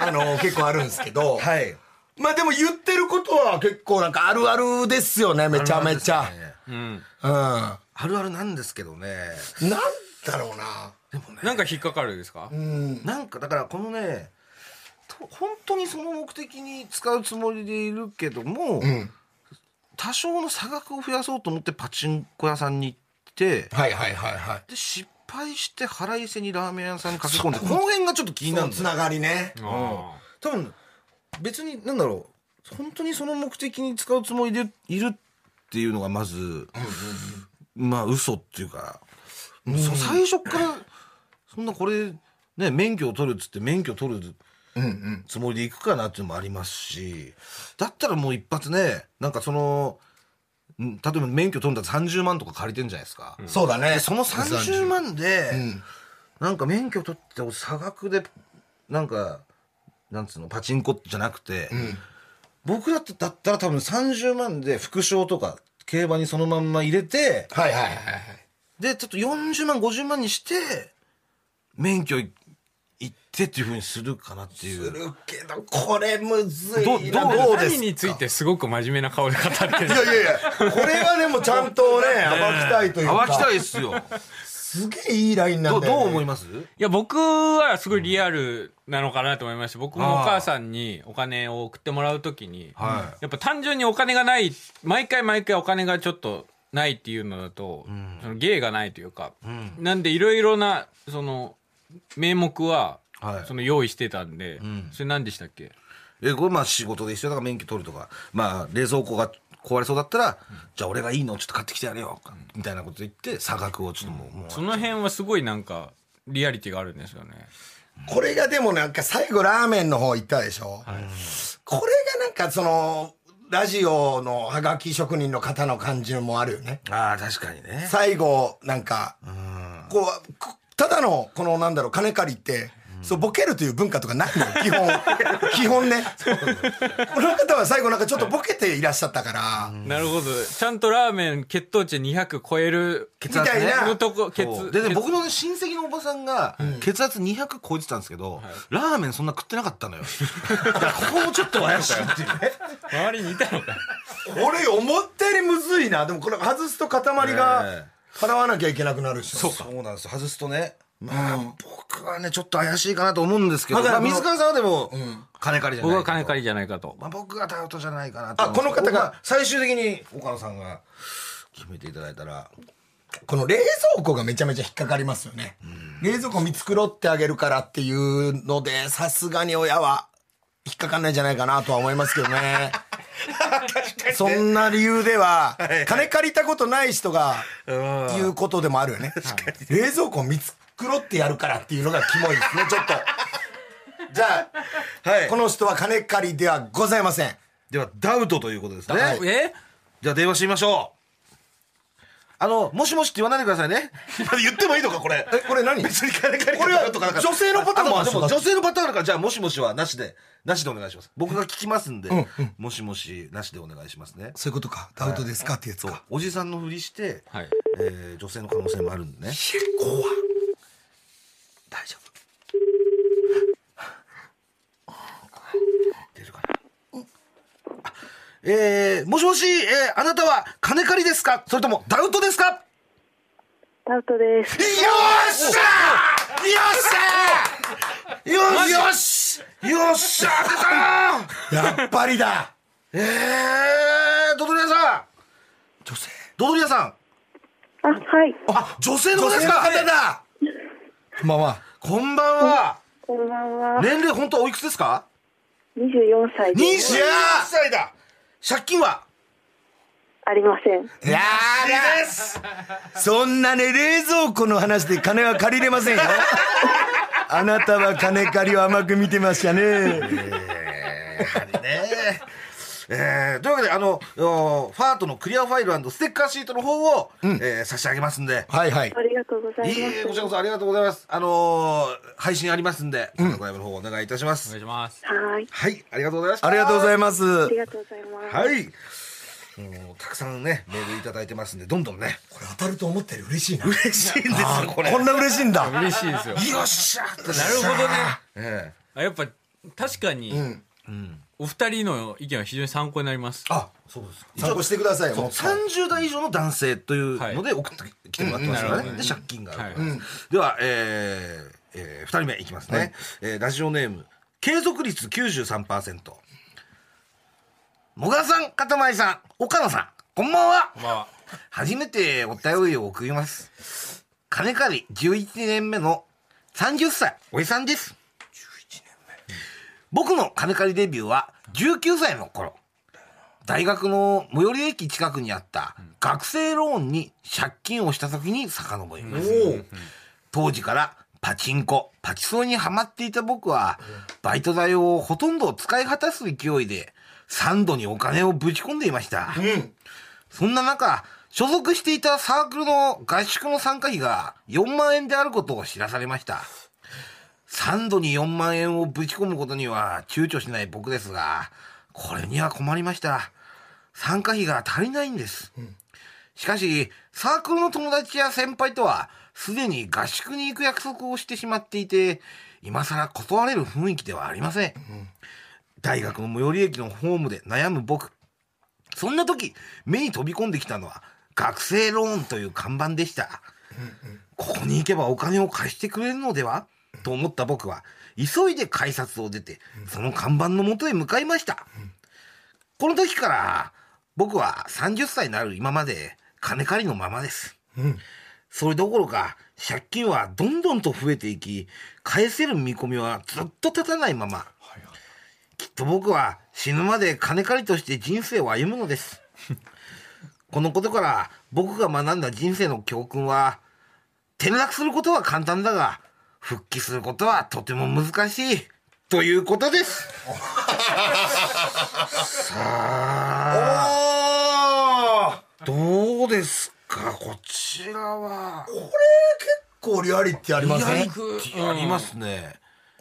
あ
[laughs]
の結構あるんですけど、
はい。
まあでも言ってることは結構なんかあるあるですよねめちゃめちゃ、
うん
うんな
あるあるなんですけどね。
んだろうな
なんか引っかかるですか
うん
なんかだからこのねと本当にその目的に使うつもりでいるけども、
ん
多少の差額を増やそうと思ってパチンコ屋さんに行って
はいはいはいはい
で失敗して腹いせにラーメン屋さんに駆け込んでこの辺がちょっと気に
そ
な
の
るんだ
つ
よ
ながりね
あ
多分別に何だろう本当にその目的に使うつもりでいるっていうのがまず、まあ嘘っていうか、そ最初からそんなこれね免許を取るっつって免許取るつもりでいくかなっていうのもありますしだったらもう一発ねなんかそのん例えば免許取るんだったら30万とか借りてんじゃないですか。
そうだね
でその30万で、なんか免許取ってお差額でなんかなんつうのパチンコじゃなくて、僕だっただったら多分30万で副賞とか競馬にそのまんま入れて
はいはいはいはい
でちょっと40万50万にして免許い行ってっていうふうにするかなってい
す
う。
るけどこれむずい
ど
な
ど
どうです
何についてすごく真面目な顔で語ってる
いやいやいやこれはねもうちゃん
[laughs]
とね暴きたいというか
あきたいです [laughs] よ。
すげえいいラインな
ど
ん
う
だ
ど
よ、ね、
う思います？
いや僕はすごいリアルなのかなと思いました僕もお母さんにお金を送ってもらうときに
は
やっぱ単純にお金がない毎回毎回お金がちょっとないっていうのだと、その芸がないというか、なんでいろいろなその名目は、
はい
その用意してたんで、それ何でしたっけ
えこれまあ仕事で一緒だから免許取るとか、まあ、冷蔵庫が壊れそうだったら、じゃあ俺がいいのをちょっと買ってきてやれよみたいなこと言って差額をちょっともう,、もう
その辺はすごいなんかリアリティがあるんですよね。
これがでもなんか最後ラーメンの方行ったでしょ、これがなんかそのラジオのハガキ職人の方の感じもあるよね
ああ確かにね
最後なんかこうこただのこのなんだろう金借りってそうボケるという文化とかないのよ基本 [laughs] 基本ねこの方は最後なんかちょっとボケていらっしゃったから、
なるほど。ちゃんとラーメン血糖値200超える。
血圧
みたい
ね
な
のとこ、血
そうでね僕のね親戚のおばさんが血圧200超えてたんですけど、ラーメンそんな食ってなかった [laughs] のよだからここもちょっと怪しいっていうね
周りにいたのか。
俺思ったよりむずいなでもこれ外すと塊が
え
払わなきゃいけなくなるしそう
そうなんです外すとねまあ、僕はねちょっと怪しいかなと思うんですけど、
まだ
まあ、
この
水川さんはでも、金借りじゃな
僕
い
は金借
り、
りじゃないかと。
まあ、僕がダウトじゃないかなと
あこの方が
最終的に岡野さんが決めていただいたら
この冷蔵庫がめちゃめちゃ引っかかりますよね、冷蔵庫見繕ってあげるからっていうのでさすがに親は引っかかんないんじゃないかなとは思いますけど
[laughs]
ねそんな理由では金借りたことない人が言うことでもあるよ
[laughs]
ね冷蔵庫見繕ってやるからっていうのがキモいです
[laughs]
ねちょっとじゃあ、
はい
この人は金借りではございません
ではダウトということですね
え
じゃあ電話してみましょうあのもしもしって言わないでくださいね [laughs] 言ってもいいのかこれ
えこれ何
別に金借り
これは女性のパターンもあ
あ
る
でも
そうだ
女性のパターンあるからじゃあもしもしはなしでなしでお願いします僕が聞きますんで、もしもしなしでお願いしますね
そういうことかダウトですかってやつか
おじさんのふりして、
はい。
えー女性の可能性もあるんでね
怖っ
大丈夫出るかなあえー、もしもし、えーあなたは金借りですかそれともダウトですか
タウトです。
よっしゃーよっしゃーよしよっしゃー出たー
やっぱりだ
えー、ドドリアさん
女性
ドドリアさん
あ、はい。
あ、女性の方
女
で
性
す
の
か
方だこんばんは
こんばんは
こんばんは。
年齢本当はおいくつですか
24歳で
21
す。
歳だ借金は
ありません。
や
いいです
だそんなね冷蔵庫の話で金は借りれま [laughs] せんよあなたは金借りを甘く見てましたね
えーやはりねえー、というわけであのおファートのクリアファイルステッカーシートの方を、えー差し上げますんで
はいはい
ありがとうございま
い
す。
いえこちらこそありがとうございます。あのー配信ありますんで、うん、ライブの方お願いいたしま
お
す。
願いします。
はい。
はい、ありがとうございました。
ありがとうございます
ありがとうございます。
はい。もうたくさんね、メールいただいてますんで、どんどんね。
これ当たると思ったより嬉しいな
嬉しいんですよ、これ。
こんな嬉しいんだ
嬉しいですよ。
よっしゃなる
なるほどね。
え
あやっぱ、確かに、お二人の意見は非常に参考になります。
あ
えそうですか。
参考してくださいよもっと
30代以上の男性というので送ってきてもらってますから
うんなる
ね。
ほど
で、借金があるから。
はい
では、えーえー、2人目いきますね。えーラジオネーム、継続率93%。もがさん、かたまりさん、岡野さん、こんばんは。
まあ、
初めてお便りを送ります。金借り11年目の30歳、おじさんです。僕の金借りデビューは19歳の頃。大学の最寄り駅近くにあった学生ローンに借金をした時に遡ります。当時からパチンコ、パチソーにハマっていた僕は、バイト代をほとんど使い果たす勢いで、3度にお金をぶち込んでいました。そんな中、所属していたサークルの合宿の参加費が4万円であることを知らされました。3度に4万円をぶち込むことには躊躇しない僕ですが、これには困りました。参加費が足りないんです。しかし、サークルの友達や先輩とは、すでに合宿に行く約束をしてしまっていて、今更断れる雰囲気ではありません。大学の最寄り駅のホームで悩む僕。そんな時、目に飛び込んできたのは、学生ローンという看板でした。ここに行けばお金を貸してくれるのではと思った僕は、急いで改札を出て、その看板のもとへ向かいました。この時から、僕は30歳になる今まで、金借りのままです。それどころか、借金はどんどんと増えていき、返せる見込みはずっと立たないまま、きっと僕は死ぬまで金借りとして人生を歩むのです。このことから僕が学んだ人生の教訓は、転落することは簡単だが、復帰することはとても難しい、ということです。さあ、
ああ
どうですか、こちらは。
これ結構リアリティありません
いやありますね。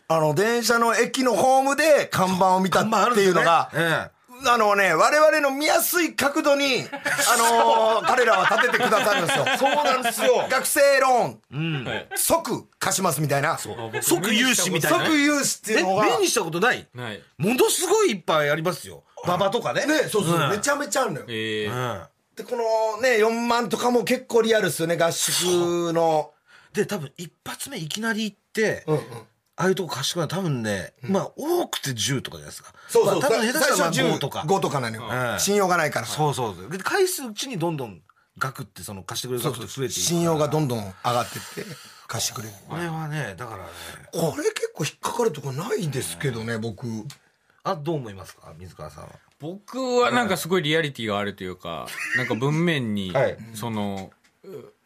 あの、電車の駅のホームで看板を見たっていうのが、
え
あのね、我々の見やすい角
[laughs]
度に、あのー彼らは立ててくださるんですよ。そうなんですよ。学生ローン、
はい
即貸しますみたいな。
え即融資みたいな
即融資っていうのが。
え目にしたことない
ない。
ものすごいいっぱいありますよ馬場とかね
ね、そうそう、
ん
めちゃめちゃあるのよ。
ええ
うん
で、このね、4万とかも結構リアルっすよね、合宿の。
で多分一発目いきなり行って、
うんうん
ああいうとこ賢いのは多分ね、まあ多くて10とかじゃないですか。
そうそう、
まあ多分下手したら
最
まあ
初
5とか。
5とかなの
う
よ。
ん
信用がないから。
そうそうそう。で、返すうちにどんどん額ってその貸してくれる額って増えていく。
信用がどんどん上がってって、貸してくれる。
これはね、だからね、
これ結構引っかかるとこないですけどね、僕。
あ、どう思いますか水川さんは。
僕はなんかすごいリアリティがあるというか、なんか文面に、
はい
その、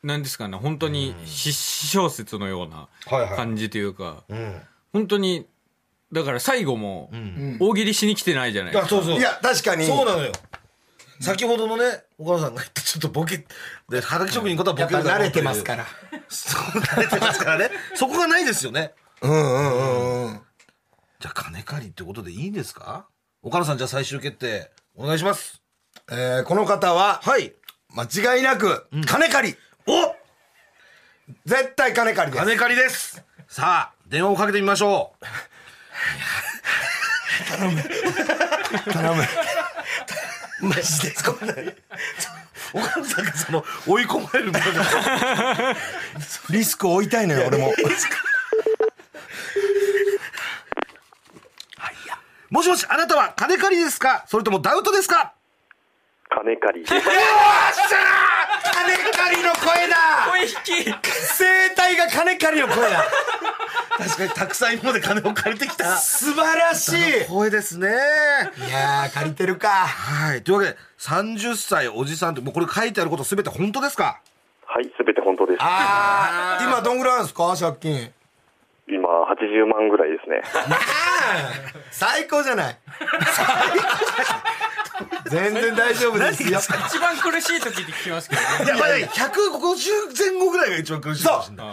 何ですかね、本当に詩小説のような
はいはい
感じというか、
うん。
本当に、だから最後も
ん、
大喜利しに来てないじゃないですか。
そうそう。
いや、確かに。
そうなのよ。先ほどのね、お母さんが言ったちょっとボケ、で、はがき職人のことはボ
やっ
ケ
ぱ
るだ
慣
ろう
れ
っていう
てますか。ら。
そう、慣れてますからね。そこがないですよね。
うんうんうんうん。
じゃあ金借りってことでいいんですか岡野さんじゃあ最終決定お願いします。
えーこの方は、
はい。
間違いなく、金借り。
お
絶対金借りです。
金借りです。さあ、電話をかけてみましょう。
頼む。
マジでそんなに。お母さんがその追い込まれるから
リスクを負いたいのよ、俺も。
もしもし、あなたは金借りですかそれともダウトですか
金借り。
金借りの声だ
声引き
声帯が金借りの声 [laughs] だ
確かにたくさん今まで金を借りてきた。
素晴らしい
声ですね。
いやー、借りてるか。
はい。というわけで、30歳おじさんって、もうこれ書いてあること全て本当ですか
はい、すべて本当です。
あー、今どんぐらいあるんですか借金。
今、80万ぐらいです
[laughs]
ね。
最高じゃない。全然大丈夫ですよ。
一番苦しい時って聞きますけどね。
いや、まあ、150前後ぐらいが一番苦しい
そ
か
う
もしれない。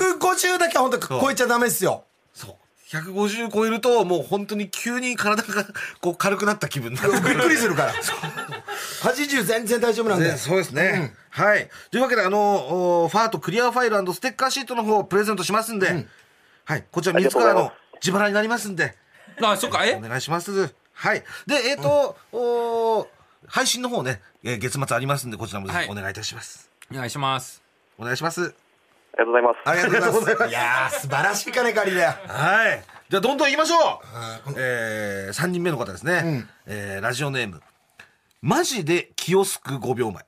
150だけは本当超えちゃダメっすよ。
そう。150超えると、もう本当に急に体がこう軽くなった気分になってく
びっ
る
くりするから。80全然大丈夫なんで
ね。そうですね、はい。というわけで、あの、おファートクリアファイルステッカーシートの方をプレゼントしますんで、はい。こちら自らの自腹になりますんで、
[laughs] あ、そっか、え
お願いします。はい。で、えっ、と、お配信の方ね、えー月末ありますんで、こちらもぜ
はい
ひお願いいたします。
お願いします。
お願いします。
ありがとうございます。
ありがとうございます。いやー、素晴らしい金借りだよ。
はい。じゃあ、どんどん行きましょ
はいう
えー、3人目の方ですね。
うん
えーラジオネーム。マジでキオスク5秒前。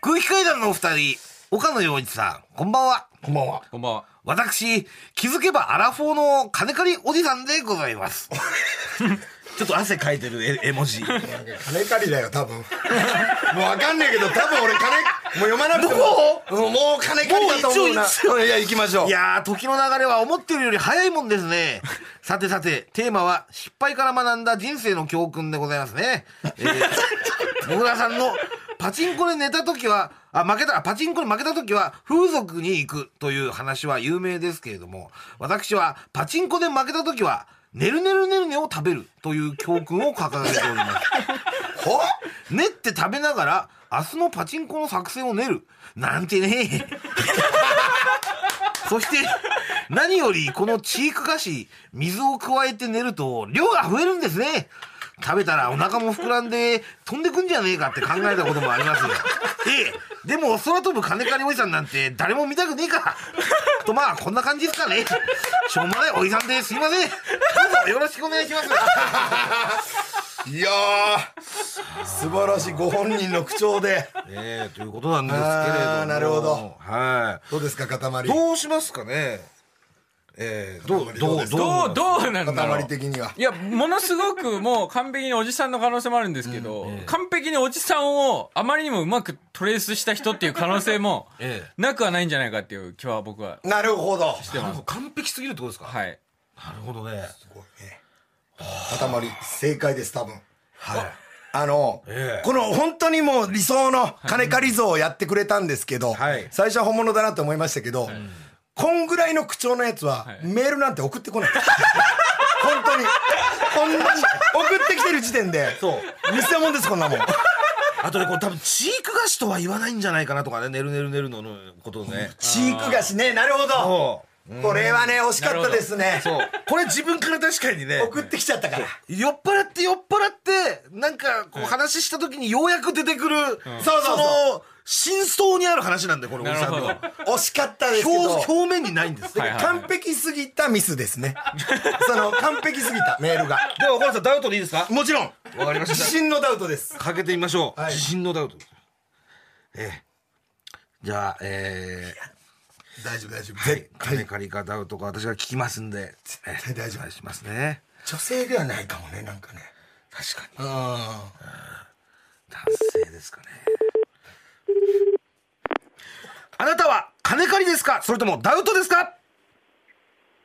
空気階段のお二人、岡野陽一さん、こんばんは。
こんばんは。
こんばんは。
私、気づけばアラフォーの金借りおじさんでございます。ちょっと汗かいてる絵絵文字。
金借りだよ、多分。もうわかんないけど、多分俺金、もう読まなくても。もうもう金借りだと思う
もう一応
な。いや、行きましょう。
いやー、時の流れは思ってるより早いもんですね。
[laughs]
さてさて、テーマは失敗から学んだ人生の教訓でございますね。えー、
[laughs]
もぐらさんのパチンコで寝た時は、あ、負けた、あパチンコに負けた時は風俗に行くという話は有名ですけれども、私はパチンコで負けた時は、ねるねるねるねを食べるという教訓を掲げており
[laughs]
ます。
ほ
練って食べながら明日のパチンコの作戦を練るなんてねそして何よりこのチーク菓子水を加えて練ると量が増えるんですね食べたらお腹も膨らんで飛んでくんじゃねえかって考えたこともありますよええでも空飛ぶ金借りおじさんなんて誰も見たくねえからとまあこんな感じですかねしょうもないおじさんですいませんどうぞよろしくお願いします
いやー、素晴らしい。ご本人の口調で。
ええということなんですけれど
あ
も
ーなるほど
は
どうですか、塊。
いどうしますかねええどうどう
どう、
う
どうなんだろう。
塊。的にはい
や、ものすごくもう完璧におじさんの可能性もあるんですけど、完璧におじさんをあまりにもうまくトレースした人っていう可能性も
ええ
なくはないんじゃないかっていう気は僕は
なるほど。
してます。
完璧すぎるってことですか
はい。
なるほどね
すごいね。塊、正解です、多分。
はい
あの、
ええ
この本当にもう理想の金借り像をやってくれたんですけど、
はい
最初は本物だなと思いましたけど、こんぐらいの口調のやつは、
はい
メールなんて送ってこない。本当に。こんなに、送ってきてる時点で、
そう
偽物です、こんなもん。
あとねこれ多分チーク菓子とは言わないんじゃないかなとかねねるねるねるののことをね
チーク菓子ね、なるほ
そ
ど。
う
これはね、惜しかったですね。
そうこれ自分から確かにね
送ってきちゃったから。
酔っ払って酔っ払ってなんかこう話した時にようやく出てくる、
そうそうそう
の真相にある話なんでこれおじさんの
なるほ
惜しかったですけ
表
ど。
表面にないんです
はいはい
完璧すぎたミスですね。 [laughs] その、完璧すぎたメールが。
では岡田さんダウトでいいですか
もちろん、
わかりま
自
した
信のダウトです。
かけてみましょう、
はい
自信のダウトええじゃあえ
大丈夫、大丈夫。
ー、はい
絶、
金
対。
借りかダウトか私が聞きますんで
対大丈夫
お願いしますね
女性ではないかもね、なんかね。
確かに
うん。
男性ですかねあなたは金借りですかそれともダウトですか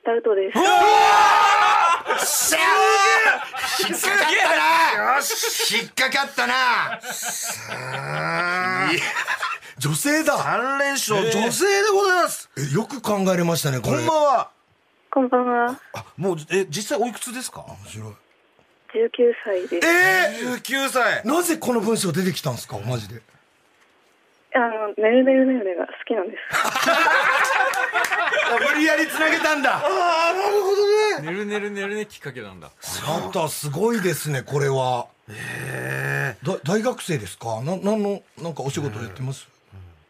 ダウトです。
しゃー引っかかったなよし引っかかったな女性だ
三連勝、女性でございます。
えよく考えれましたね、こ
こ
れ。
んばんは。
こんばんは。
あ、もう、え、実際おいくつですか
面白い
19歳です。
えー、19歳。
なぜこの文章出てきたんですかマジで。
あの、ねるねるねるねが好きなんです。
無理やり繋げたんだ
ねるねるねるねきっかけなんだ。
あなたすごいですねこれはええ大学生ですかななんのなんかお仕事やってます、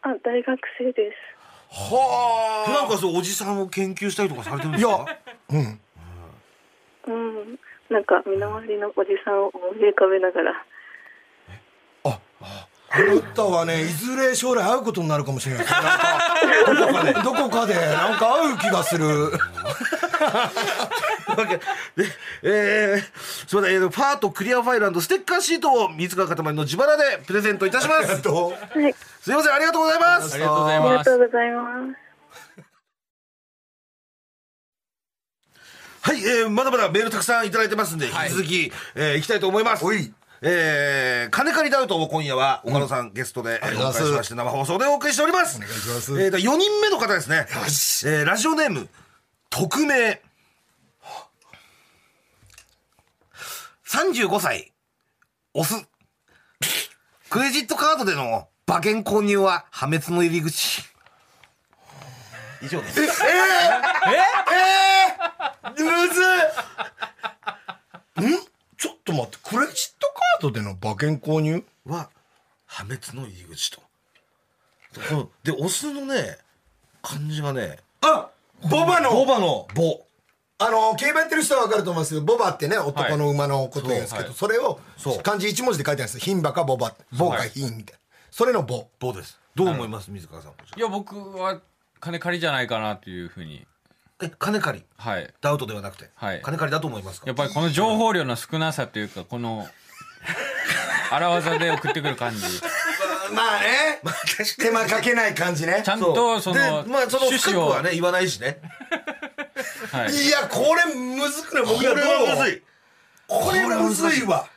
あ、大学生です。
はあ
なんかそう、おじさんを研究したりとかされてるんで
い
す
や
か
うん
うん。なんか、身の回りのおじさんを思い浮かべながら。
あなたはねいずれ将来会うことになるかもしれないですなんか [laughs] どこかでどこかでなんか会う気がする
わけで、えー、すみません、えー、パートクリアファイルステッカーシートを三塚かたまりの自腹でプレゼントいたしま
えっ
す。
と
はい。
すいません、ありがとうございま
あ
す
り。がとうござい
あり
ま
が
す
とう。ございます。
はい、えー、まだまだメールたくさんいただいてますんで、引
はい
き続き、えー、行きたいと思います。えー、金借りダウトを今夜は、岡野さんゲストで、えー
り
お
が
迎え
とうございます
しまして、生放送でお送りしております。お願い
します
えーと、4人目の方ですね。
よし
えー、ラジオネーム、匿名。35歳、オス。クレジットカードでの馬券購入は破滅の入り口。以上です。
むずんちょっと待ってクレジットカードでの馬券購入
は破滅の入り口と。こので、オスのね、漢字がね、
あボバの
ボバのボ。
あの競馬やってる人は分かると思いますけどボバってね男の馬のこと言うんですけど、
はい
それを
そう
漢字一文字で書いてあるんですよ「牝馬かボバ」「ボか牝」みたいなそれの「ボ
ボです。どう思います水川さん。こち
いや、僕は金借りじゃないかなっていうふうに。
らえ、金借り。
はい。
ダウトではなくて。
はい
金借りだと思いますか
やっぱりこの情報量の少なさというか、この、荒技で送ってくる感じ。」
まあね
まあ、確かに。
手間かけない感じね
ちゃんと、その、
でまあ、その
趣
深
旨
く
を、
はね、言わないしね。
はい。
いやこれむずくない僕らどう
い。
これむずいわ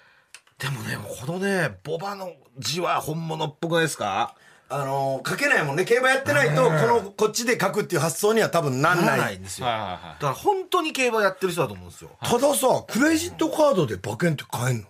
でもね、このね、ボバの字は本物っぽくないですか
あの書けないもんね競馬やってないとこのこっちで書くっていう発想には多分な
なん
ない
ないんですよ。
はいは
だ
いはい。
から本当に競馬やってる人だと思うんですよ。
たださクレジットカードで馬券って買えんの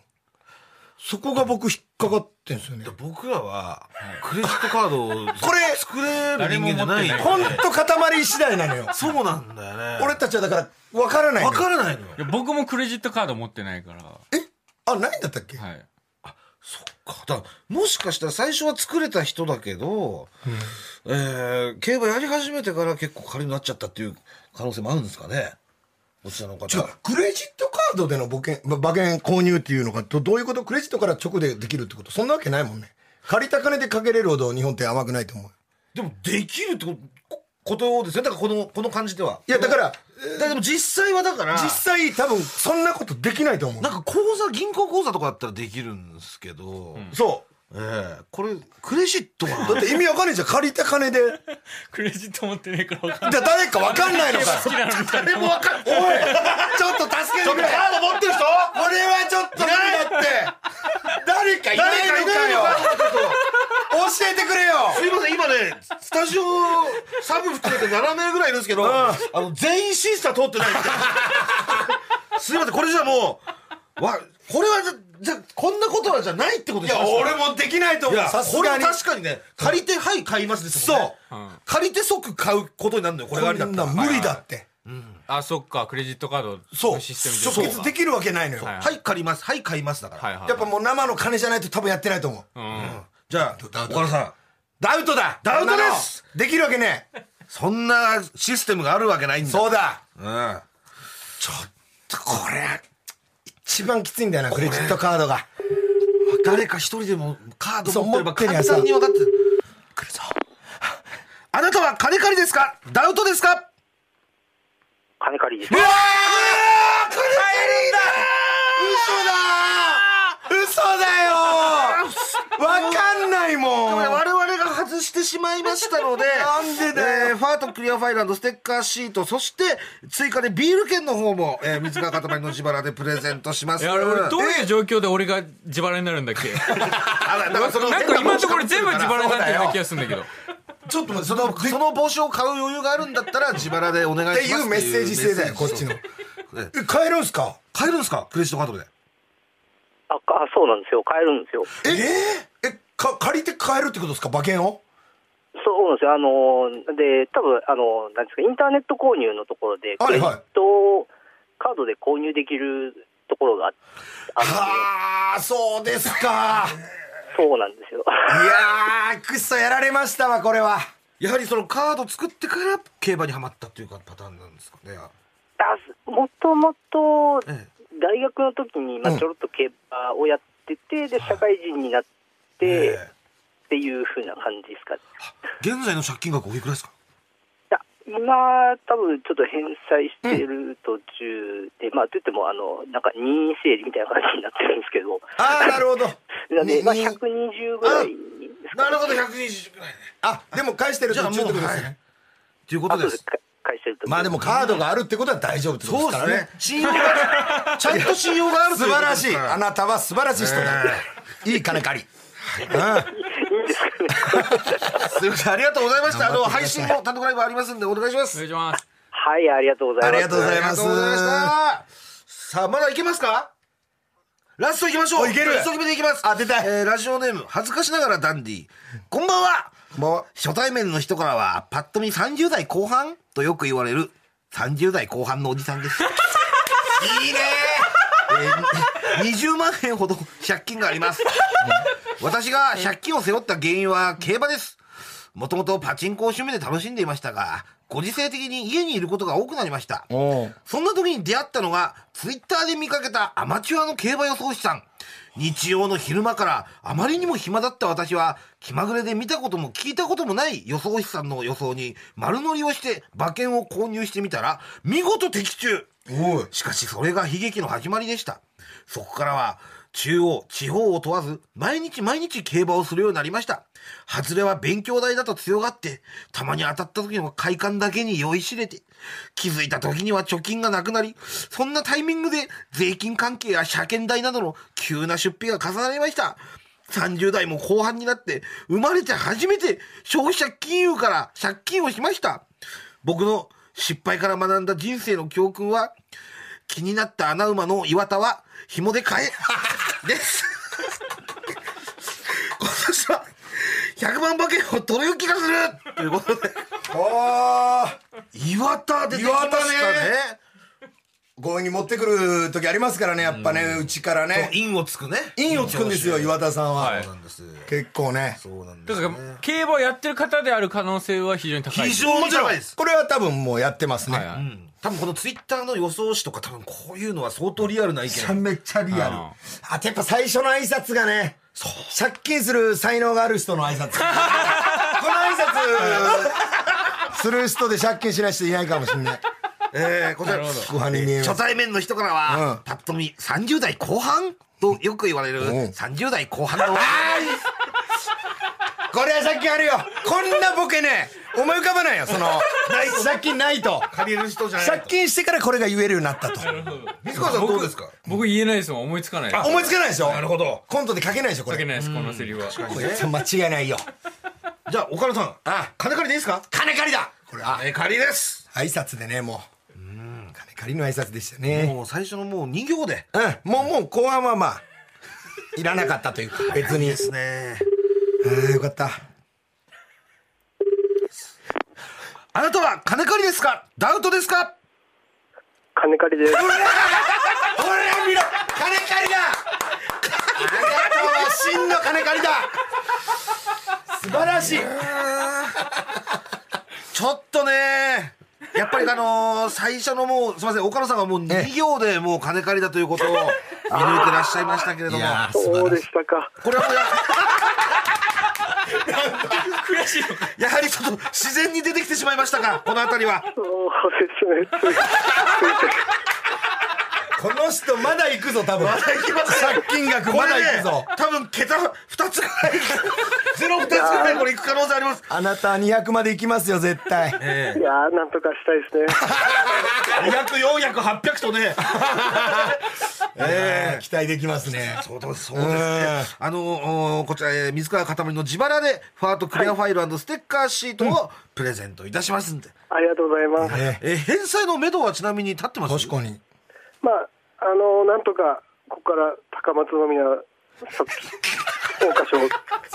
そこが僕引っかかってんすよね
で僕らは、クレジットカードを
これ
作れる人間じゃないよ
誰も持ってない
ほんと塊次第な [laughs] のよ
そうなんだよね。
俺たちはだから分からないの
わ
よ
からないのよ
い。や僕もクレジットカード持ってないから。は
えあないんだったっけ、
い。
そっか。だからもしかしたら最初は作れた人だけど、えー、競馬やり始めてから結構仮になっちゃったっていう可能性もあるんですかね。こちらの方。
違うクレジットカードでの馬券ま馬券購入っていうのがどどういうことクレジットから直でできるってことそんなわけないもんね借りた金でかけれるほど日本って甘くないと思う
でもできるってここことですよね。だからこの、この感じでは。
いやだから
だからでも実際はだから、
実際多分そんなことできないと思う
なんか口座、銀行口座とかだったらできるんですけど、
そ
ええこれ、クレジット
[laughs] うだ
は
っ、て意味わかんないじゃん借りた金でじゃ
[laughs] クレジット持ってないから分かん
あ誰かわか
[laughs]
んないのか
ない。好きなのに
誰もわかん
おいちょっと助けてくれカード持ってる人これはちょっと無理だって誰かいないのか
誰か
よ
いないのか
[laughs] 教えてくれよ
すいません、今ね、スタジオサブ含めて7名ぐらいいるんですけど、あの、全員審査通ってないみたい
[laughs]
なすいません、これじゃもう、わ、これはじゃ、じゃ、こんなことはじゃないってこと
い
です
や、俺もできないと
い
思う。
や、
さす
これ
がに。
確かにね、借りて、はい、買いますですもんね。
そううん
借りて即買うことになるのよ、これがありだ
こ
っ
ん
た
な
ら。
ん無理だって。
あ、そっか、クレジットカード
そう。
のシステ
即
ムで
決できるわけないのよ。
はい
や
はい、借ります、はい、買いますだから。
はいはい。
っぱもう生の金じゃないと多分やってないと思う。
うん、
じゃあ、岡田さん、
ダウトだ
ダウトです
こんなのできるわけねえ。
そんなシステムがあるわけないんだ。
そうだ
うん。
ちょっとこれ、一番きついんだよな、クレジットカードが。
誰か一人でもカード
そう
持ってれば
持ってりゃ
簡
さ
単に分かってる。来るぞ。あなたは金借りですかダウトですか
金借り。
うわーこれ入るんだ嘘だ嘘だよわかんないもん
これ我々が外してしまいましたので
なんでだよ
えーファートクリアファイルステッカーシートそして追加でビール券の方も、えー、水川かたまりの自腹でプレゼントします
いや、俺、俺どう
え
いう状況で俺が自腹になるんだっけ
あらだからその
なんか今のところ全部自腹になってるような気がするんだけど。
ちょっと待ってその
そ
っ
の帽子を買う余裕があるんだったら自腹でお願い
て
しま
い
す
うメッセージ性だよこっちのえ買えるんすか
買えるんですかクレジットカードで
あ、あそうなんですよ。買えるんですよ。
えええか借りて買えるってことですか馬券を
そうなんですよ。あのー、で、多分あのー、なんですか、インターネット購入のところで、
は
ク
い
レジ
はい
ットカードで購入できるところがああ
はあそうですか
って、そうなんですよ。
い
[laughs]
やーくっそやられましたわこれは
やはりそのカード作ってから競馬にはまったっていうかパターンなんですかね
だすもともと
え
大学の時にま
うん
あちょろっと競馬をやってて、で社会人になってっていう風な感じですかね。
現在の借金額おいくらですか
いや今、多分ちょっと返済してる途中で、まあ、といっても、あの、なんか任意整理みたいな感じになってるんですけど、
ああなるほど
なんで、まあ、
にに
120ぐらいですか、
なるほど120くらいね
あでも返してる
じゃあ
途中
も
っ
う
てことです
は
ね
いというこ
あ
と
と
で
ですか返してると
まあでもカードがあるってことは大丈夫ってことですからね。
信用
[laughs]
がちゃんと信用があると
素
うこと
晴
で
ら
す
しい。
か
あなたは素晴らしい人だ。いい金借り。
すいませんありがとうございましたあの配信も単独ライブありますんでお願いしま
お
す
願いします。
はい、ありがとうございます。
ありがとうございます
ありがとうございましたさあまだいけますかラストいきましょ
お
う
いける
ラスト決めていきます
あ出た
えーラジオネーム恥ずかしながらダンディこんばんは初対面の人からはパッと見30代後半とよく言われる30代後半のおじさんです
[laughs]
いいねえー20万円ほど借金があり
[laughs]
ます私が借金を背負った原因は競馬ですもともとパチンコを趣味で楽しんでいましたがご時世的に家にいることが多くなりましたそんな時に出会ったのが、ツイッターで見かけたアマチュアの競馬予想士さん。日曜の昼間からあまりにも暇だった私は気まぐれで見たことも聞いたこともない予想士さんの予想に丸乗りをして馬券を購入してみたら見事的中
おい。
しかしそれが悲劇の始まりでした。そこからは、中央、地方を問わず、毎日毎日競馬をするようになりました。外れは勉強代だと強がって、たまに当たった時の快感だけに酔いしれて、気づいた時には貯金がなくなり、そんなタイミングで税金関係や車検代などの急な出費が重なりました。30代も後半になって、生まれて初めて消費者金融から借金をしました。僕の失敗から学んだ人生の教訓は、気になった穴馬の岩田は紐で買え [laughs] です今年は100万馬券を取る気がするということで
おー
岩田出てきましたね
岩田強引に持ってくる時ありますからね、やっぱね、うちから
そう
ね。
印をつくね
インをつくんですよ、岩田さんは
はい。
なんです
結構ね。
そうなんで
だ
す
か
ね
ら、競馬をやってる方である可能性は非常に高い。
非常に高いです
これは多分もうやってます
はいは
ね。
い
うん多分このツイッターの予想紙とか多分こういうのは相当リアルな意
めちゃ
見
めちゃリアル
うん。
あとやっぱ最初の挨拶がね、借金する才能がある人の挨拶。この挨拶する人で借金しない人いないかもしれない。
えーこちら
なるほど
ご飯に見えます
初対面の人からは、
うん
パッと見30代後半とよく言われる
ん
30代後半の
[laughs] これは借金あるよこんなボケね思い浮かばないよその借金ないと
[laughs] 借りる人じゃない
借金してからこれが言えるようになったと
水川さんどうですか
僕言えないですもん、思いつかないです。
思いつかないでしょ
なるほど
コントで書けないでしょこ
かけ
れ [laughs]
ないです、このセリフは。
これ間違いないよ
じゃあ岡野さんあ金借りでいいですか
金借りだこれは
金借りです
挨拶でねもう金借りの挨拶でしたね
もう最初のもう2行で
うんもうもう後半はまあいらなかったというか別に
ですね
ああよかった
あなたは金借りですかダウトですか
金借りです。
ほら見ろ金借りだあなたは真の金借りだ素晴らしい
ちょっとねやっぱりあのー最初のもうすみません岡野さんがもう2行でもう金借りだということを見抜いてらっしゃいましたけれども [laughs]
や
そうでしたか。
これはもうややはりちょっと自然に出てきてしまいましたかこの辺りは
そうですね。
この人まだ行くぞ多分借金額まだ行くぞ
これね多分桁2つぐらい
[laughs]
ゼロ2つぐらいこれいく可能性あります
あなたは200まで行きますよ絶
[laughs]
対
え
いやー、なんとかしたいですね。
200400とね
ええ期待できますね
そうですそうですねあのおこちら、えー水川かたまりの自腹でファートクリアファイルステッカーシートをプレゼントいたしますんで、
ありがとうございます。
ね
えー返済のめどはちなみに立ってます
確かに
まあ、あのーなんとか、ここから高松宮、さ桜
[laughs]
花賞、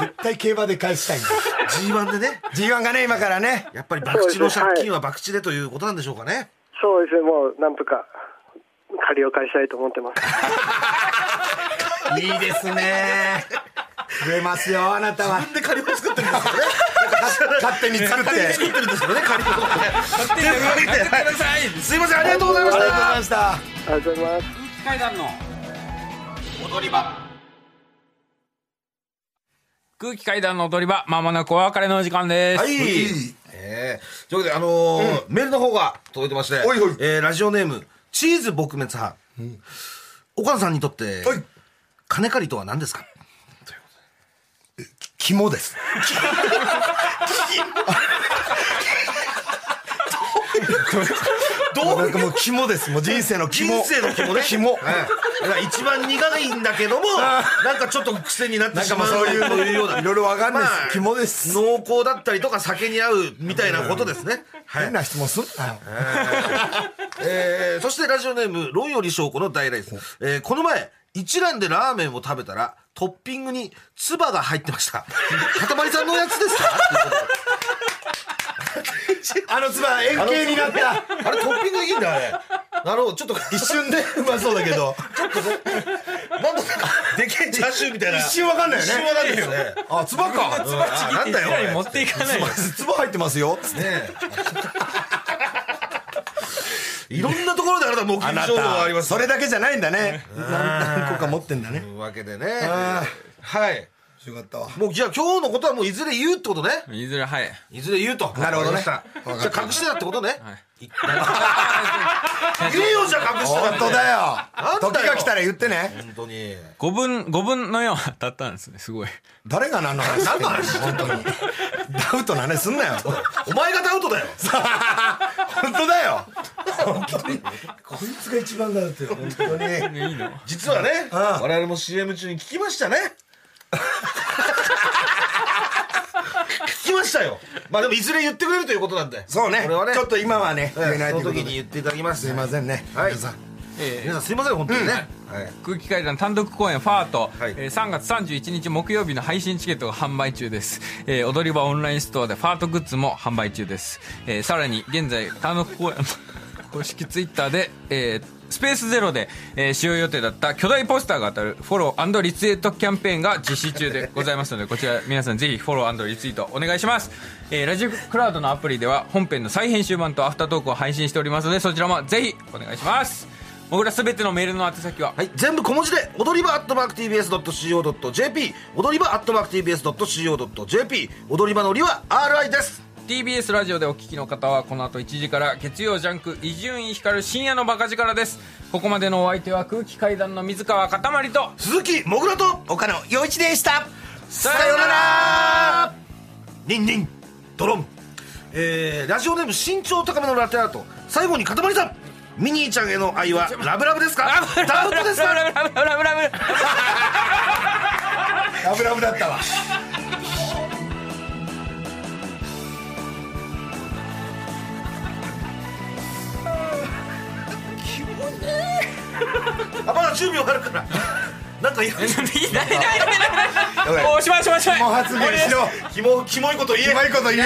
絶対競馬で返したいん
[laughs]
だ
G1 でね
G1 がね今からね
やっぱり博打の借金は博打でということなんでしょうかね
そうですね、もう、なんとか、借りを返したいと思ってます。
いいですね増えますよあなたは
で借りを作ってるんですよね
勝手に作って
作ってるんですよね借りを
勝手にやめてください
すいませんありがとうございまし
ありがとうご
た
ざいました
ありがとうございます。
階段の踊り場空気階段の踊り場まもなくお別れのお時間です、
はい。えー、というわけで、あのーメールの方が届いてまして、
おいおい
えーラジオネーム、チーズ撲滅派。岡野さんにとって、
はい
金借りとは何ですか
肝です [laughs]
ど
なんかもう肝ですもう人生の肝
人生の肝ね。
肝
はいだから一番苦いんだけども、なんかちょっと癖になって
なん
し
かも
ま
う
う
そういう
と
の
いうような。
いろいろわかんないです
まあ
肝です
濃厚だったりとか酒に合うみたいなことですね。はい
変。な質問すんなよ
えーそしてラジオネーム、論より証拠の大ライス。えーこの前、一蘭でラーメンを食べたら、トッピングに唾が入ってました。かたまりさんのやつですかっていうことで
[laughs] あのつば円形になった
あれトッピングできるんだあれ。なるほど、ちょっと、
一瞬でうまそうだけど
なんだか、でけえチャーシューみたいな。
一瞬わかんないよ
一
ね
瞬わかんないですよね。
あつばか
唾ちぎって
一台持っていかないで
つば入ってますよ
ねえ。いろんなところであなた目撃
あな
情報がありま
た
す。
それだけじゃないんだね何何個か持ってんだ
と
ね
いうわけでね。
あ
はい。
よかったわ
もうじゃあ今日のことはもういずれ言うってことね。
いずれはい
いずれ言うと。
なるほどね
わかりましたじゃあ隠してたってことね。
い
[laughs] 言えよじゃあ隠してた
本
って
当だよ
なんだよ
時が来たら言ってね
本当に。
5分5分の4当たったんですねすごい
誰が何の話してんの本当にダウトの話すんなよ
お前がダウトだよ。
本当だよ本当にこいつが一番だってよ本当に
実はね、我々も CM 中に聞きましたね。聞きましたよ。まあでもいずれ言ってくれるということなんで。
そうね
これはね。
ちょっと今はね
ええ
言えない
そ
という
の
こと
時
で
に言っていただきます。
すいませんね
はい
皆さん
え
皆さんすいません本当にね。はい。
ー空気階段単独公演ファート、
はい
えー3月31日木曜日の配信チケットが販売中です、えー踊り場オンラインストアでファートグッズも販売中です、えーさらに現在単独公演 [laughs] 公式ツイッターで、えースペースゼロで、えー使用予定だった巨大ポスターが当たるフォローリツイートキャンペーンが実施中でございますのでこちら皆さんぜひフォローリツイートお願いします、えーラジオクラウドのアプリでは本編の再編集版とアフタートークを配信しておりますのでそちらもぜひお願いします僕らすべてのメールの宛先は
はい、全部小文字で踊り場アットマーク TBS.CO.JP 踊り場アットマーク TBS.CO.JP 踊り場のりは RI です
TBS ラジオでお聞きの方はこの後1時から月曜ジャンク伊集院光る深夜のバカ力ですここまでのお相手は空気階段の水川かたまりと
鈴木もぐらと
岡野陽一でした
さよならニンニンドロンえー、ラジオネーム身長高めのラテアート最後にかたまりさんミニーちゃんへの愛 [laughs] はラブラブですかダウトですか
ラブラブラブラブラブ
ラブラブだったわ
10秒あるからなんかいろいろ
おしまいおしまいおしまい
[laughs]
もう発言しろ
キモキモいこと言え
うまいこと言え
い